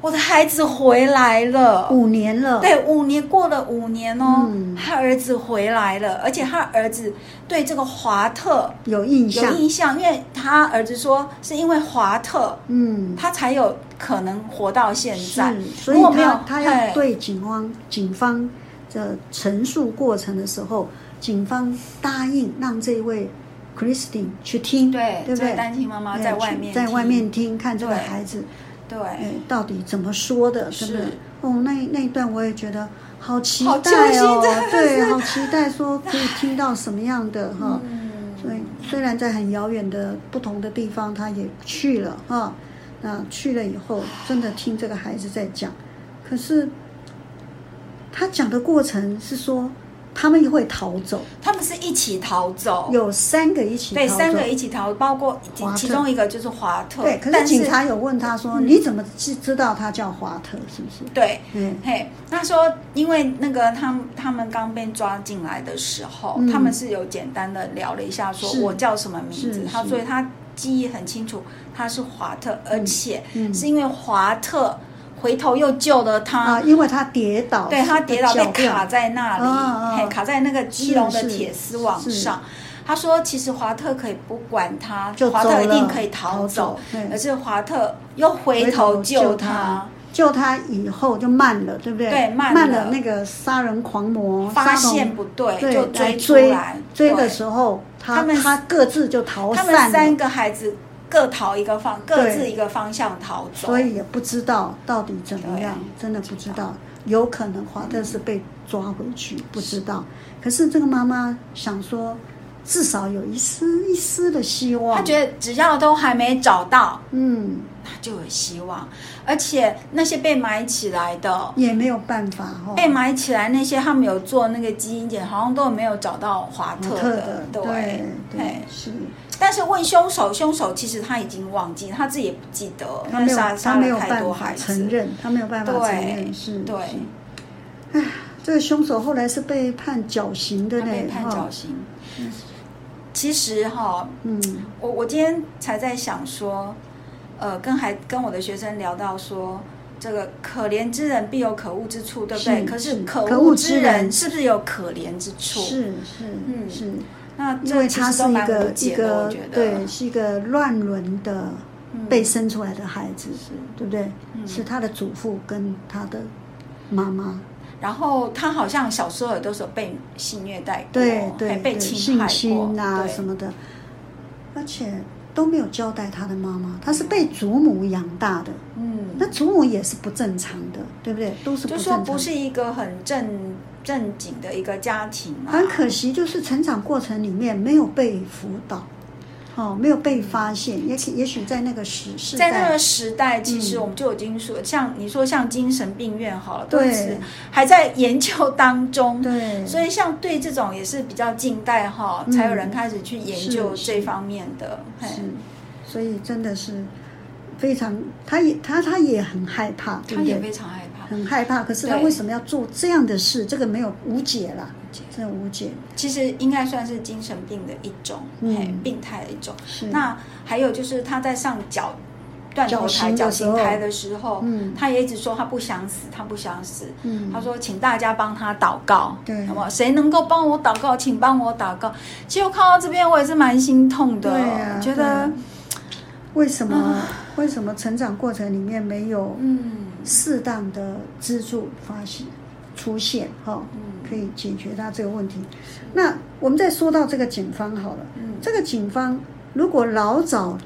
Speaker 2: 我的孩子回来了。”
Speaker 1: 五年了，，
Speaker 2: 对，五年过了五年哦，
Speaker 1: 哦嗯
Speaker 2: 他儿子回来了，而且他儿子对这个华特
Speaker 1: 有印
Speaker 2: 有
Speaker 1: 象，
Speaker 2: 印象，因为他儿子说是因为华特
Speaker 1: 嗯，
Speaker 2: 他才有可能活到现在
Speaker 1: 是，，所
Speaker 2: 如
Speaker 1: 以
Speaker 2: 果没有
Speaker 1: 他他要
Speaker 2: 嘿
Speaker 1: 对警方警方的陈述过程的时候，警方答应让这位 Christine 去听，
Speaker 2: 对
Speaker 1: 对不
Speaker 2: 这位
Speaker 1: 对？
Speaker 2: 单亲妈妈
Speaker 1: 哎
Speaker 2: 在
Speaker 1: 去
Speaker 2: 外面
Speaker 1: 在
Speaker 2: 听
Speaker 1: 外面听看这个
Speaker 2: 对
Speaker 1: 孩子
Speaker 2: 对，
Speaker 1: 哎到底怎么说的，
Speaker 2: 是
Speaker 1: 对不对？哦，那那一段我也觉得好期
Speaker 2: 好揪
Speaker 1: 待
Speaker 2: 心
Speaker 1: 哦
Speaker 2: 真的，
Speaker 1: 对，
Speaker 2: 是
Speaker 1: 好期待说可以听到什么样的哈。
Speaker 2: 嗯，
Speaker 1: 所以虽然在很遥远的不同的地方，他也去了哈。那去了以后，真的听这个孩子在讲，可是他讲的过程是说，他们会逃走，
Speaker 2: 他们是一起逃走，
Speaker 1: 有三个一起逃
Speaker 2: 哦对
Speaker 1: 走。
Speaker 2: 三个一起逃，包括
Speaker 1: 华特
Speaker 2: 其中一个就是华特，
Speaker 1: 对，可是
Speaker 2: 但
Speaker 1: 警察有问他说：“
Speaker 2: 嗯
Speaker 1: 你怎么知知道他叫华特？是不是
Speaker 2: 对？”
Speaker 1: 嗯，
Speaker 2: 嘿，他说，因为那个他们他们刚被抓进来的时候，
Speaker 1: 嗯
Speaker 2: 他们是有简单的聊了一下，说
Speaker 1: 是
Speaker 2: 我叫什么名
Speaker 1: 是
Speaker 2: 字，他
Speaker 1: 是
Speaker 2: 所以他记忆很清楚，他是华特，而且
Speaker 1: 嗯
Speaker 2: 是因为华特回头又救了他，
Speaker 1: 啊，因为他跌倒，
Speaker 2: 对他跌倒被
Speaker 1: 脚
Speaker 2: 卡
Speaker 1: 掉，
Speaker 2: 在那里，
Speaker 1: 嗯嗯
Speaker 2: 嘿，卡在那个基隆的
Speaker 1: 是是
Speaker 2: 铁丝网
Speaker 1: 是
Speaker 2: 上。他说，其实华特可以不管他，
Speaker 1: 就
Speaker 2: 华
Speaker 1: 走
Speaker 2: 特一定
Speaker 1: 了
Speaker 2: 可以逃
Speaker 1: 逃
Speaker 2: 走
Speaker 1: 走，对
Speaker 2: 可是华特又回头救他。
Speaker 1: 救他以后就慢了，对不对？
Speaker 2: 对慢了
Speaker 1: 慢了那个杀人狂魔
Speaker 2: 发
Speaker 1: 杀
Speaker 2: 现
Speaker 1: 人
Speaker 2: 不对，
Speaker 1: 对
Speaker 2: 就
Speaker 1: 来
Speaker 2: 追出
Speaker 1: 追
Speaker 2: 来。
Speaker 1: 追
Speaker 2: 对
Speaker 1: 的时候，
Speaker 2: 他
Speaker 1: 他
Speaker 2: 们
Speaker 1: 他各自就逃
Speaker 2: 他们
Speaker 1: 散
Speaker 2: 三
Speaker 1: 了，
Speaker 2: 个孩子各逃一个方，各
Speaker 1: 对
Speaker 2: 自一个方向逃走。
Speaker 1: 所以也不知道到底怎么样，真的不知道。有可能华特是被抓回去，不知道。可是这个妈妈想说，至少有一丝一丝的希望。
Speaker 2: 他觉得只要都还没找到，
Speaker 1: 嗯，
Speaker 2: 那就有希望。而且那些被埋起来的，
Speaker 1: 也没有办法哦。
Speaker 2: 被埋起来那些，他们有做那个基因检，好像都没有找到华
Speaker 1: 福
Speaker 2: 特
Speaker 1: 特的，
Speaker 2: 对哎
Speaker 1: 对
Speaker 2: 嘿
Speaker 1: 对是，
Speaker 2: 但是问凶手，凶手其实他已经忘记，他自己也不记得，
Speaker 1: 他
Speaker 2: 因
Speaker 1: 没
Speaker 2: 为
Speaker 1: 有
Speaker 2: 杀
Speaker 1: 他
Speaker 2: 杀
Speaker 1: 没有
Speaker 2: 了太
Speaker 1: 办
Speaker 2: 多
Speaker 1: 法
Speaker 2: 孩
Speaker 1: 承
Speaker 2: 子。
Speaker 1: 认，他没有办法承认是，
Speaker 2: 对
Speaker 1: 是。唉，这个凶手后来是被判绞刑的
Speaker 2: 他被
Speaker 1: 嘞，
Speaker 2: 判
Speaker 1: 哈
Speaker 2: 绞刑。其实哈、
Speaker 1: 嗯
Speaker 2: 我我今天才在想说，呃，跟还跟我的学生聊到说，这个可怜之人必有可恶之处，对不对？
Speaker 1: 是
Speaker 2: 可
Speaker 1: 是
Speaker 2: 是可
Speaker 1: 可
Speaker 2: 恶
Speaker 1: 恶
Speaker 2: 之
Speaker 1: 之
Speaker 2: 人
Speaker 1: 人
Speaker 2: 是不是有可怜之处？，
Speaker 1: 是是
Speaker 2: 嗯
Speaker 1: 是，
Speaker 2: 那
Speaker 1: 因
Speaker 2: 这
Speaker 1: 为
Speaker 2: 其
Speaker 1: 他
Speaker 2: 实都
Speaker 1: 是一
Speaker 2: 蛮无
Speaker 1: 个一
Speaker 2: 解的，我
Speaker 1: 个
Speaker 2: 觉得。
Speaker 1: 对，是一个乱伦的
Speaker 2: 嗯
Speaker 1: 被生出来的孩子，对不对？
Speaker 2: 嗯
Speaker 1: 是他的祖父跟他的妈妈，
Speaker 2: 然后他好像小时候也都是有被性虐待过，
Speaker 1: 对
Speaker 2: 还
Speaker 1: 对
Speaker 2: 被
Speaker 1: 对，
Speaker 2: 侵害
Speaker 1: 性
Speaker 2: 过，
Speaker 1: 侵啊
Speaker 2: 对
Speaker 1: 什么的，而且都没有交代他的妈妈，他是被祖母养大的，
Speaker 2: 嗯，
Speaker 1: 那祖母也是不正常的，对不对？都是不
Speaker 2: 就
Speaker 1: 正
Speaker 2: 说
Speaker 1: 常
Speaker 2: 不
Speaker 1: 的。
Speaker 2: 是一个很正正经的一个家庭啊，
Speaker 1: 很可惜，就是成长过程里面没有被辅导，哦，没有被发现，也许也许在那个时世
Speaker 2: 在那
Speaker 1: 代
Speaker 2: 个，时代，其实
Speaker 1: 嗯
Speaker 2: 我们就已经说，像你说像精神病院好了，
Speaker 1: 对
Speaker 2: 都是还在研究当中。
Speaker 1: 对，
Speaker 2: 所以像对这种也是比较近代哈，
Speaker 1: 嗯
Speaker 2: 才有人开始去研究
Speaker 1: 是
Speaker 2: 这方面的。嘿
Speaker 1: 是，所以真的是非常，他也他他也很害怕，对
Speaker 2: 他
Speaker 1: 不
Speaker 2: 也
Speaker 1: 对？
Speaker 2: 非常害怕。
Speaker 1: 很害怕，可是他
Speaker 2: 对
Speaker 1: 为什么要做这样的事？这个没有无解啦，真的无解。
Speaker 2: 其实应该算是精神病的一种，
Speaker 1: 嗯
Speaker 2: 嘿，病态的一种。
Speaker 1: 是
Speaker 2: 那还有就是他在上绞断
Speaker 1: 绞
Speaker 2: 头台、
Speaker 1: 刑的
Speaker 2: 绞
Speaker 1: 时
Speaker 2: 刑
Speaker 1: 候
Speaker 2: 台的时候，
Speaker 1: 嗯
Speaker 2: 他也一直说他不想死，他不想死。
Speaker 1: 嗯
Speaker 2: 他说：“请大家帮他祷告，
Speaker 1: 对
Speaker 2: 好不好？谁能够帮我祷告，请帮我祷告。”其实我看到这边，我也是蛮心痛的，
Speaker 1: 对啊
Speaker 2: 觉
Speaker 1: 对
Speaker 2: 得啊
Speaker 1: 啊，为什么为什么成长过程里面没有
Speaker 2: 嗯，
Speaker 1: 适当的资助发现出现哈、
Speaker 2: 嗯
Speaker 1: 可以解决他这个问题。那我们再说到这个警方好了，
Speaker 2: 嗯
Speaker 1: 这个警方如果老早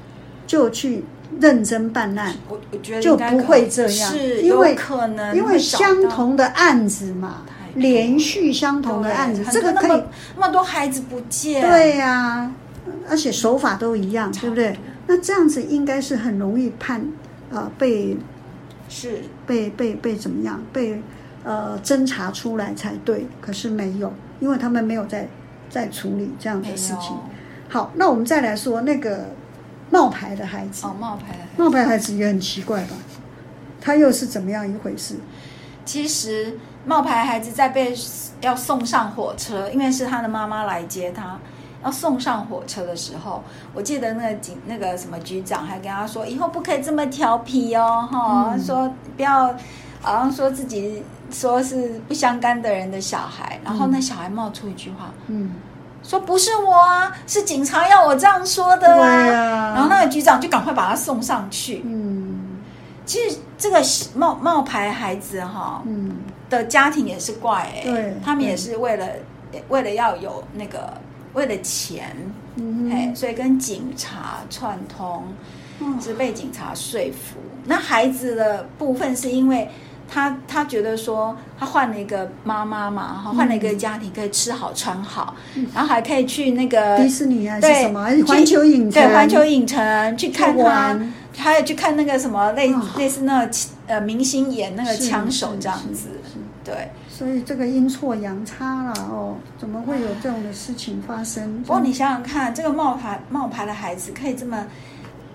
Speaker 1: 就去认真办案，
Speaker 2: 我我觉得
Speaker 1: 就
Speaker 2: 应该
Speaker 1: 不
Speaker 2: 可
Speaker 1: 会这样
Speaker 2: 是
Speaker 1: 因为
Speaker 2: 有可能
Speaker 1: 因为
Speaker 2: 嗯会找到
Speaker 1: 相同的案子嘛
Speaker 2: 太，多
Speaker 1: 连续相同的
Speaker 2: 对
Speaker 1: 案子，
Speaker 2: 很
Speaker 1: 这
Speaker 2: 多
Speaker 1: 个可
Speaker 2: 那
Speaker 1: 以
Speaker 2: 么那么多孩子不见，
Speaker 1: 对呀、而且手法都一样，对不对？那这样子应该是很容易判，呃，被
Speaker 2: 是
Speaker 1: 被被被怎么样被呃侦查出来才对，可是没有，因为他们没有在在处理这样
Speaker 2: 没
Speaker 1: 的事情
Speaker 2: 有。
Speaker 1: 好，那我们再来说那个冒牌的孩子，
Speaker 2: 哦，冒牌的孩子。
Speaker 1: 冒牌孩子也很奇怪吧？他又是怎么样一回事？
Speaker 2: 其实冒牌孩子在被要送上火车，因为是他的妈妈来接他，要送上火车的时候，我记得那个警那个什么局长还跟他说，以后不可以这么调皮哦，哈、
Speaker 1: 嗯
Speaker 2: 说不要，好像说自己说是不相干的人的小孩，然后那小孩冒出一句话。
Speaker 1: 嗯，
Speaker 2: 说不是我啊，是警察要我这样说的
Speaker 1: 对
Speaker 2: 啊。
Speaker 1: 啊
Speaker 2: 然后那个局长就赶快把他送上去。
Speaker 1: 嗯
Speaker 2: 其实这个冒冒牌孩子哈、
Speaker 1: 嗯，
Speaker 2: 的家庭也是怪哎、
Speaker 1: 对
Speaker 2: 他们也是为了为了要有那个为了钱，
Speaker 1: 嗯
Speaker 2: 哎、
Speaker 1: 哼
Speaker 2: 所以跟警察串通，
Speaker 1: 嗯
Speaker 2: 是被警察说服。那孩子的部分是因为他他觉得说他换了一个妈妈嘛，
Speaker 1: 嗯
Speaker 2: 哈，换了一个家庭可以吃好穿好，然后还可以去那个
Speaker 1: 迪士尼啊还是
Speaker 2: 对
Speaker 1: 什么？还是环球影城？
Speaker 2: 对环球影城去看
Speaker 1: 去
Speaker 2: 他
Speaker 1: 玩，
Speaker 2: 还有去看那个什么类、
Speaker 1: 啊
Speaker 2: 类似那个呃明星演那个
Speaker 1: 是
Speaker 2: 枪手
Speaker 1: 是
Speaker 2: 这样
Speaker 1: 是
Speaker 2: 子
Speaker 1: 是，
Speaker 2: 对，
Speaker 1: 所以这个阴错阳差了哦，怎么会有这种的事情发生？
Speaker 2: 不过哦你想想看，这个冒牌冒牌的孩子可以这么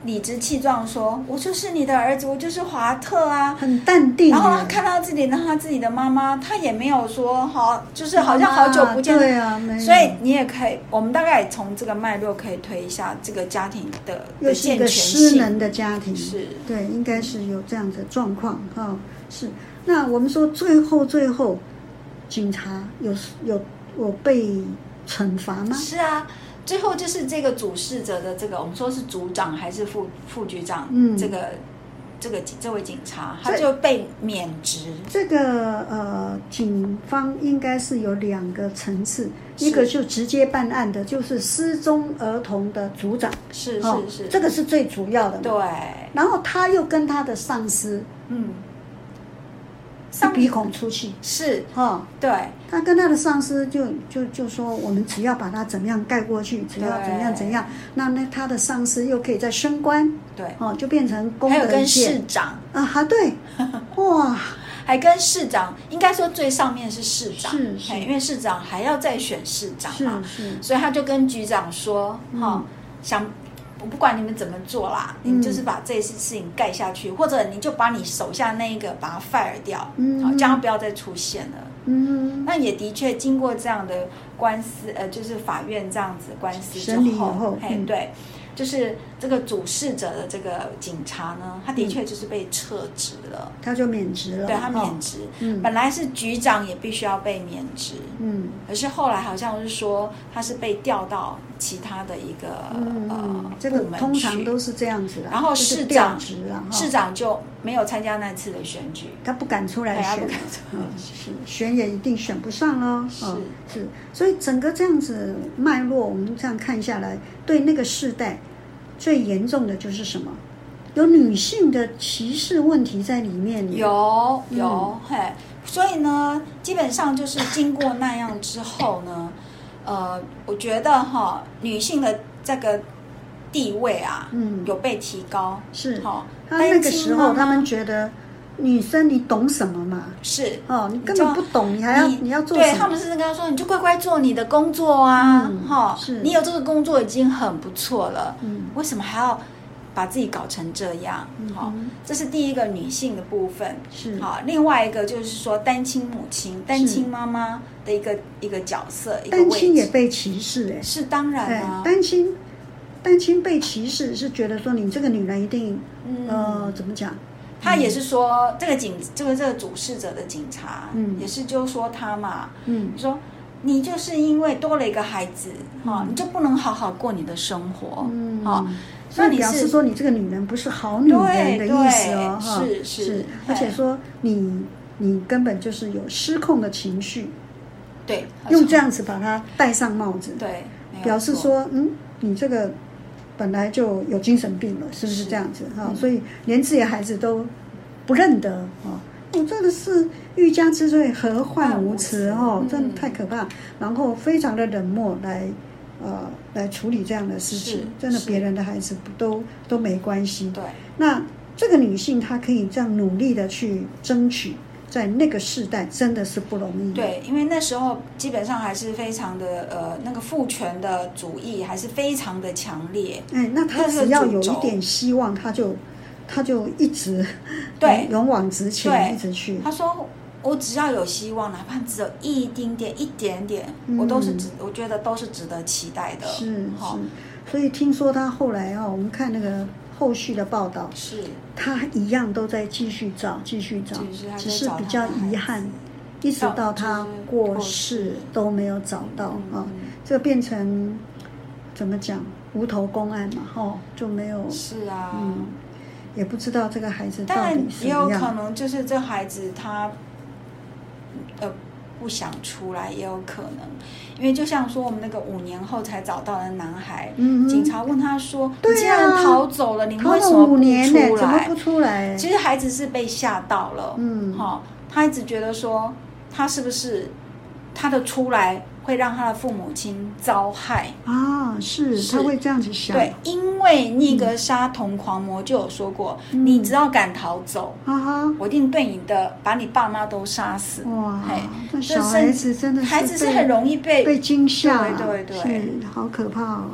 Speaker 2: 理直气壮说：“我就是你的儿子，我就是华特啊。”
Speaker 1: 很淡定耶，
Speaker 2: 然后他看到自己的他自己的妈妈，他也没有说好，就是好像好久不见
Speaker 1: 啊，对啊，没有
Speaker 2: 所以你也可以，我们大概从这个脉络可以推一下这个家庭的
Speaker 1: 又
Speaker 2: 的
Speaker 1: 是一
Speaker 2: 健
Speaker 1: 个
Speaker 2: 全
Speaker 1: 失
Speaker 2: 性。
Speaker 1: 能的家庭，
Speaker 2: 是
Speaker 1: 对，应该是有这样的状况哈、是，那我们说最后最后，警察有有有被惩罚吗？
Speaker 2: 是啊，最后就是这个主事者的这个，我们说是组长还是副副局长，
Speaker 1: 嗯
Speaker 2: 这个这个这位警察，他
Speaker 1: 这
Speaker 2: 就被免职。
Speaker 1: 这个呃，警方应该是有两个层次，
Speaker 2: 是
Speaker 1: 一个就直接办案的，就是失踪儿童的组长，
Speaker 2: 是
Speaker 1: 哦
Speaker 2: 是是，
Speaker 1: 这个是最主要的嘛。
Speaker 2: 对，
Speaker 1: 然后他又跟他的上司
Speaker 2: 嗯，
Speaker 1: 一鼻孔出气，
Speaker 2: 是，
Speaker 1: 哈、
Speaker 2: 对，
Speaker 1: 哦他跟他的上司就就就说，我们只要把他怎么样盖过去，只要
Speaker 2: 对
Speaker 1: 怎样怎样，那那他的上司又可以再升官，
Speaker 2: 对，
Speaker 1: 哦，就变成功
Speaker 2: 还有
Speaker 1: 德
Speaker 2: 跟
Speaker 1: 界
Speaker 2: 市长，
Speaker 1: 啊，还 对，哇，
Speaker 2: 还跟市长，应该说最上面是市长，
Speaker 1: 是是
Speaker 2: 嘿因为市长还要再选市长
Speaker 1: 是
Speaker 2: 嘛，
Speaker 1: 是，
Speaker 2: 所以他就跟局长说，哈、
Speaker 1: 嗯
Speaker 2: 想我不管你们怎么做啦，你
Speaker 1: 嗯
Speaker 2: 们就是把这次事情盖下去，或者你就把你手下那一个把它 fire 掉，
Speaker 1: 嗯
Speaker 2: 好，这样不要再出现了。
Speaker 1: 嗯，
Speaker 2: 那也的确经过这样的官司，呃，就是法院这样子官司之
Speaker 1: 审理以
Speaker 2: 后，
Speaker 1: 后
Speaker 2: 哎、
Speaker 1: 嗯
Speaker 2: 对，就是这个主事者的这个警察呢，他的确就是被撤职了，
Speaker 1: 他就免职了，
Speaker 2: 对他
Speaker 1: 嗯哦
Speaker 2: 免职、
Speaker 1: 嗯
Speaker 2: 本来是局长也必须要被免职，
Speaker 1: 嗯
Speaker 2: 可是后来好像是说他是被调到其他的一个、
Speaker 1: 嗯
Speaker 2: 呃
Speaker 1: 嗯，这个
Speaker 2: 部门
Speaker 1: 通常
Speaker 2: 去
Speaker 1: 都是这样子的，
Speaker 2: 然后
Speaker 1: 就是
Speaker 2: 市
Speaker 1: 调
Speaker 2: 长
Speaker 1: 职啊，哈
Speaker 2: 市长就没有参加那次的选举，
Speaker 1: 他不敢出来
Speaker 2: 对他
Speaker 1: 选
Speaker 2: 不敢
Speaker 1: 了
Speaker 2: 出来
Speaker 1: 嗯是选也一定选不上喽。哦
Speaker 2: 是
Speaker 1: 是，所以整个这样子脉络，我们这样看下来，对那个世代最严重的就是什么？有女性的歧视问题在里面。，
Speaker 2: 有
Speaker 1: 嗯
Speaker 2: 有、嘿，所以呢，基本上就是经过那样之后呢，呃，我觉得哈，女性的这个地位啊，
Speaker 1: 嗯
Speaker 2: 有啊被提高，
Speaker 1: 是
Speaker 2: 好，
Speaker 1: 他那个
Speaker 2: 单亲
Speaker 1: 时
Speaker 2: 妈
Speaker 1: 候
Speaker 2: 妈
Speaker 1: 他们觉得女生你懂什么嘛？
Speaker 2: 是
Speaker 1: 哦，你根
Speaker 2: 知道
Speaker 1: 本不懂，你还要你要做
Speaker 2: 对
Speaker 1: 什
Speaker 2: 他
Speaker 1: 么？
Speaker 2: 们是跟他说，你就乖乖做你的工作啊
Speaker 1: 嗯，
Speaker 2: 哈、
Speaker 1: 是
Speaker 2: 你有这个工作已经很不错了，
Speaker 1: 嗯
Speaker 2: 为什么还要把自己搞成这样？哈、
Speaker 1: 嗯哼
Speaker 2: 这是第一个女性的部分。
Speaker 1: 是
Speaker 2: 好，另外一个就是说单亲母亲、单亲妈妈的一个一个角色，一个
Speaker 1: 单
Speaker 2: 位置
Speaker 1: 亲也被歧视哎、
Speaker 2: 是当然啊，
Speaker 1: 单亲单亲被歧视是觉得说你这个女人一定
Speaker 2: 嗯，
Speaker 1: 呃怎么嗯讲？
Speaker 2: 他也是说这个警，这个这个主事者的警察，
Speaker 1: 嗯
Speaker 2: 也是就说他嘛，
Speaker 1: 嗯
Speaker 2: 你说你就是因为多了一个孩子，哈、
Speaker 1: 嗯
Speaker 2: 你就不能好好过你的生活，
Speaker 1: 嗯
Speaker 2: 哈、
Speaker 1: 所
Speaker 2: 那
Speaker 1: 以
Speaker 2: 你
Speaker 1: 表示
Speaker 2: 是
Speaker 1: 说你这个女人不是好女人的意思哦，
Speaker 2: 对
Speaker 1: 哈，
Speaker 2: 对是哎是对
Speaker 1: 而且说你你根本就是有失控的情绪，
Speaker 2: 对
Speaker 1: 用这样子把它戴上帽子，
Speaker 2: 对，没有
Speaker 1: 表示
Speaker 2: 错
Speaker 1: 说嗯，你这个本来就有精神病了，是不是
Speaker 2: 是
Speaker 1: 这样子哈？
Speaker 2: 嗯
Speaker 1: 所以连自己的孩子都不认得哦。我真的是欲加之罪，何患无辞哦
Speaker 2: 嗯！
Speaker 1: 真的太可怕。然后非常的冷漠来，呃，来处理这样的事情
Speaker 2: 是，
Speaker 1: 真的
Speaker 2: 是
Speaker 1: 别人的孩子不都都没关系。
Speaker 2: 对，
Speaker 1: 那这个女性她可以这样努力的去争取，在那个世代真的是不容易。，
Speaker 2: 对，因为那时候基本上还是非常的呃，那个父权的主义还是非常的强烈。
Speaker 1: 哎，那她
Speaker 2: 那是
Speaker 1: 只要有
Speaker 2: 主
Speaker 1: 一
Speaker 2: 轴
Speaker 1: 点希望，她就她就一直哎
Speaker 2: 对
Speaker 1: 勇往直前，
Speaker 2: 对
Speaker 1: 一直去。
Speaker 2: 他说：“我只要有希望，哪怕只有一丁点、一点点，
Speaker 1: 嗯
Speaker 2: 我都是值，我觉得都是值得期待的。
Speaker 1: 是是
Speaker 2: 哈，，
Speaker 1: 所以听说她后来哦，我们看那个后续的报道，
Speaker 2: 是，
Speaker 1: 她一样都在继续找，继续找
Speaker 2: 继续，还在
Speaker 1: 啊只是
Speaker 2: 找
Speaker 1: 比
Speaker 2: 她
Speaker 1: 较
Speaker 2: 的孩
Speaker 1: 遗
Speaker 2: 子
Speaker 1: 憾，一直
Speaker 2: 到
Speaker 1: 到
Speaker 2: 就
Speaker 1: 她
Speaker 2: 是
Speaker 1: 过
Speaker 2: 过
Speaker 1: 世
Speaker 2: 世
Speaker 1: 都没有找到啊。
Speaker 2: 嗯嗯
Speaker 1: 这变成怎么讲无头公案嘛，吼、就没有，
Speaker 2: 是啊。
Speaker 1: 嗯，也不知道这个孩子
Speaker 2: 当
Speaker 1: 到
Speaker 2: 然
Speaker 1: 底什
Speaker 2: 也有
Speaker 1: 么
Speaker 2: 可
Speaker 1: 样。
Speaker 2: 能就是这孩子他，呃，不想出来，也有可能，因为就像说我们那个五年后才找到的男孩，
Speaker 1: 嗯哼
Speaker 2: 警察问他说：“
Speaker 1: 对啊
Speaker 2: 你既然逃走了，你
Speaker 1: 逃
Speaker 2: 为什
Speaker 1: 了
Speaker 2: 么
Speaker 1: 五
Speaker 2: 不
Speaker 1: 年呢、
Speaker 2: 出
Speaker 1: 怎么
Speaker 2: 来？”
Speaker 1: 不出来？
Speaker 2: 其实孩子是被吓到了，
Speaker 1: 嗯
Speaker 2: 哈、他一直觉得说他是不是他的出来会让他的父母亲遭害。
Speaker 1: 啊，是
Speaker 2: 是
Speaker 1: 他会这样子想，
Speaker 2: 对，因为那个沙童狂魔就有说过，
Speaker 1: 嗯
Speaker 2: 你只要敢逃走，
Speaker 1: 哈啊哈，
Speaker 2: 我一定对你的把你爸妈都杀死。
Speaker 1: 哇
Speaker 2: 嘿，
Speaker 1: 那
Speaker 2: 这
Speaker 1: 小
Speaker 2: 甚
Speaker 1: 孩子嗯真的是
Speaker 2: 孩子哎是
Speaker 1: 被
Speaker 2: 很容易被
Speaker 1: 被惊吓，
Speaker 2: 对对对
Speaker 1: 是好可怕哦，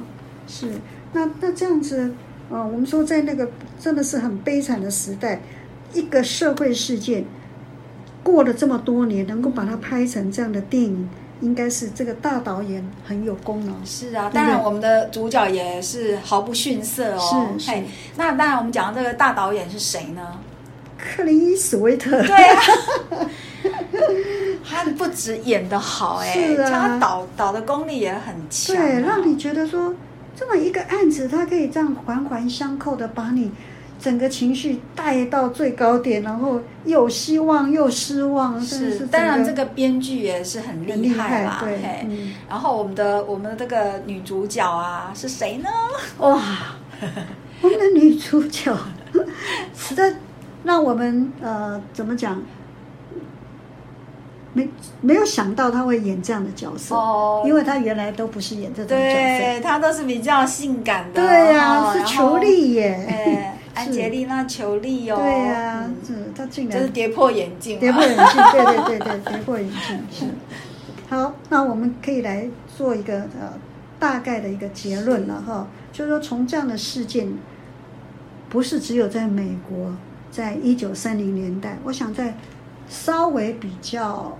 Speaker 1: 是那那这样子，呃，我们说在那个真的是很悲惨的时代，一个社会事件过了这么多年，能够把它拍成这样的电影，应该是这个大导演很有功劳，
Speaker 2: 是啊，
Speaker 1: 对
Speaker 2: 当然
Speaker 1: 对
Speaker 2: 我们的主角也是毫不逊色哦。
Speaker 1: 是是
Speaker 2: 嘿那当然我们讲到这个大导演是谁 呢？
Speaker 1: 克林斯维特，
Speaker 2: 对啊，他不止演的好哎、
Speaker 1: 是啊
Speaker 2: 他导导的功力也很强、啊。
Speaker 1: 对，让你觉得说这么一个案子，它可以这样环环相扣的把你整个情绪带到最高点，然后又希望又失望，真的
Speaker 2: 是，
Speaker 1: 是
Speaker 2: 当然这
Speaker 1: 整
Speaker 2: 个编剧也是很
Speaker 1: 很
Speaker 2: 厉
Speaker 1: 厉
Speaker 2: 害啦
Speaker 1: 害，，对，
Speaker 2: 嘿。
Speaker 1: 嗯，
Speaker 2: 然后我们的我们的这个女主角啊是谁呢？
Speaker 1: 哇，我们的女主角实 在让我们呃怎么讲？没没有想到她会演这样的角色，
Speaker 2: 哦
Speaker 1: 因为她原来都不是演这种角色。
Speaker 2: 对，她都是比较性感的，
Speaker 1: 对呀、
Speaker 2: 哦
Speaker 1: 是裘，丽耶。
Speaker 2: 然后哎，安杰丽娜·裘丽哦，
Speaker 1: 对呀、
Speaker 2: 嗯
Speaker 1: 这他竟
Speaker 2: 就是
Speaker 1: 然
Speaker 2: 跌破眼镜
Speaker 1: 跌
Speaker 2: 啊嘛，
Speaker 1: 破眼镜，对对对对，跌破眼镜是。好，那我们可以来做一个呃大概的一个结论了哈，就是说从这样的事件，不是只有在美国，在一九三零年代，我想在稍微比较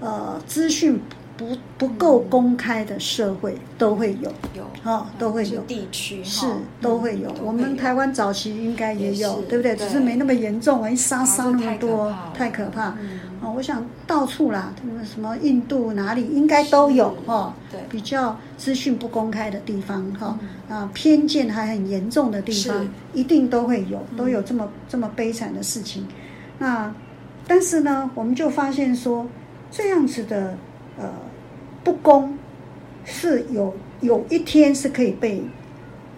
Speaker 1: 呃资讯不不够公开的社会都会有，
Speaker 2: 有
Speaker 1: 哦都会有
Speaker 2: 是地区哈
Speaker 1: 是
Speaker 2: 嗯
Speaker 1: 都会有
Speaker 2: 都。
Speaker 1: 我们台湾早期应该也
Speaker 2: 也
Speaker 1: 有
Speaker 2: 是，
Speaker 1: 对不对？
Speaker 2: 对
Speaker 1: 只是没那么严重啊，一
Speaker 2: 啊
Speaker 1: 杀杀
Speaker 2: 这
Speaker 1: 那么
Speaker 2: 太可
Speaker 1: 多
Speaker 2: 怕了，
Speaker 1: 太可怕。
Speaker 2: 嗯
Speaker 1: 哦，我想到处啦，什么印度哪里应该都有
Speaker 2: 是
Speaker 1: 哦。
Speaker 2: 对
Speaker 1: 比较资讯不公开的地方哈
Speaker 2: 嗯
Speaker 1: 啊，偏见还很严重的地
Speaker 2: 是
Speaker 1: 方，一定都会有，
Speaker 2: 嗯
Speaker 1: 都有这么这么悲惨的事情。那但是呢，我们就发现说，这样子的呃不公是有有一天是可以被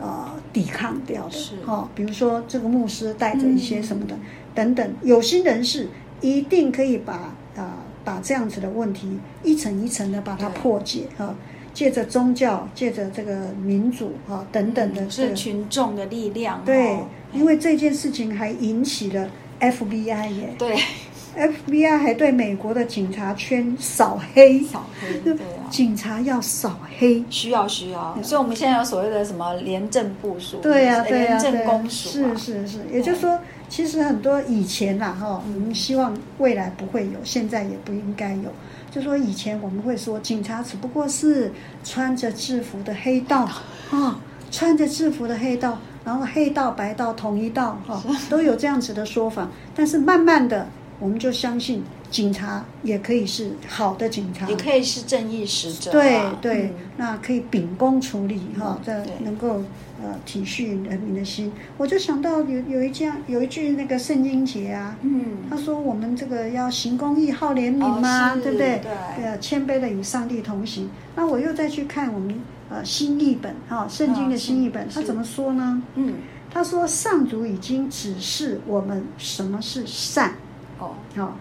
Speaker 1: 呃抵抗掉的，
Speaker 2: 是
Speaker 1: 哦，比如说这个牧师带着一些
Speaker 2: 嗯
Speaker 1: 什么的、等等，有心人士一定可以把呃把这样子的问题一层一层的把它
Speaker 2: 对
Speaker 1: 破解哈、借着宗教，借着这个民主哈、等等的
Speaker 2: 嗯
Speaker 1: 这个、
Speaker 2: 是群众的力量哦，
Speaker 1: 对，因
Speaker 2: 为
Speaker 1: 为这件事情还引起了 FBI 耶
Speaker 2: 对
Speaker 1: ，FBI 还对美国的警察圈扫黑，
Speaker 2: 小 黑对啊。
Speaker 1: 警察要扫黑，
Speaker 2: 需要需要，所以我们现在有所谓的什么廉政部署，哎
Speaker 1: 对呀、对呀、
Speaker 2: 廉
Speaker 1: 对
Speaker 2: 政
Speaker 1: 呀、
Speaker 2: 公署啊、
Speaker 1: 是是是，也就是说，其实很多以前啦哈，
Speaker 2: 嗯
Speaker 1: 我们希望未来不会有，现在也不应该有。就说以前我们会说，警察只不过是穿着制服的黑道啊、穿着制服的黑道，然后黑道、白道、统一道哈、都有这样子的说法。但是慢慢的，我们就相信警察也可以是好的警察，
Speaker 2: 也可以是正义使者、啊，
Speaker 1: 对对
Speaker 2: 嗯，
Speaker 1: 那可以秉公处理哈
Speaker 2: 嗯，
Speaker 1: 这
Speaker 2: 对
Speaker 1: 能够呃体恤人民的心。我就想到有有一件有一句那个圣经节啊，
Speaker 2: 嗯，
Speaker 1: 他说我们这个要行公义、好怜悯
Speaker 2: 哦
Speaker 1: 嘛，
Speaker 2: 是
Speaker 1: 对不对？
Speaker 2: 对
Speaker 1: 呃，谦卑的与上帝同行。那我又再去看我们呃新译本哈、圣经的
Speaker 2: 啊
Speaker 1: 新译本，
Speaker 2: 是
Speaker 1: 他怎么说呢？
Speaker 2: 嗯，
Speaker 1: 他说上主已经指示我们什么是善，
Speaker 2: 哦，
Speaker 1: 哦，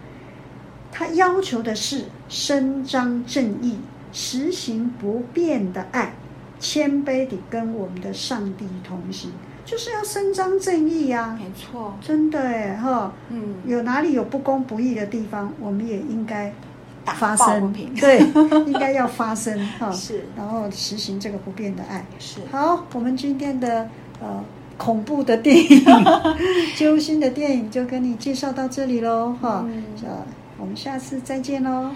Speaker 1: 他要求的是伸张正义、实行不变的爱，谦卑地跟我们的上帝同行，就是要伸张正义呀、啊！
Speaker 2: 没错，
Speaker 1: 真的哎哈，
Speaker 2: 嗯，
Speaker 1: 有哪里有不公不义的地方，我们也应该
Speaker 2: 打
Speaker 1: 发
Speaker 2: 抱不
Speaker 1: 声
Speaker 2: 平，
Speaker 1: 对，应该要发声哈，
Speaker 2: 是
Speaker 1: 然后实行这个不变的爱。
Speaker 2: 是，
Speaker 1: 好，我们今天的呃恐怖的电 影、揪心的电影就跟你介绍到这里喽，哈、啊
Speaker 2: 嗯
Speaker 1: 呃，我们下次再见喽，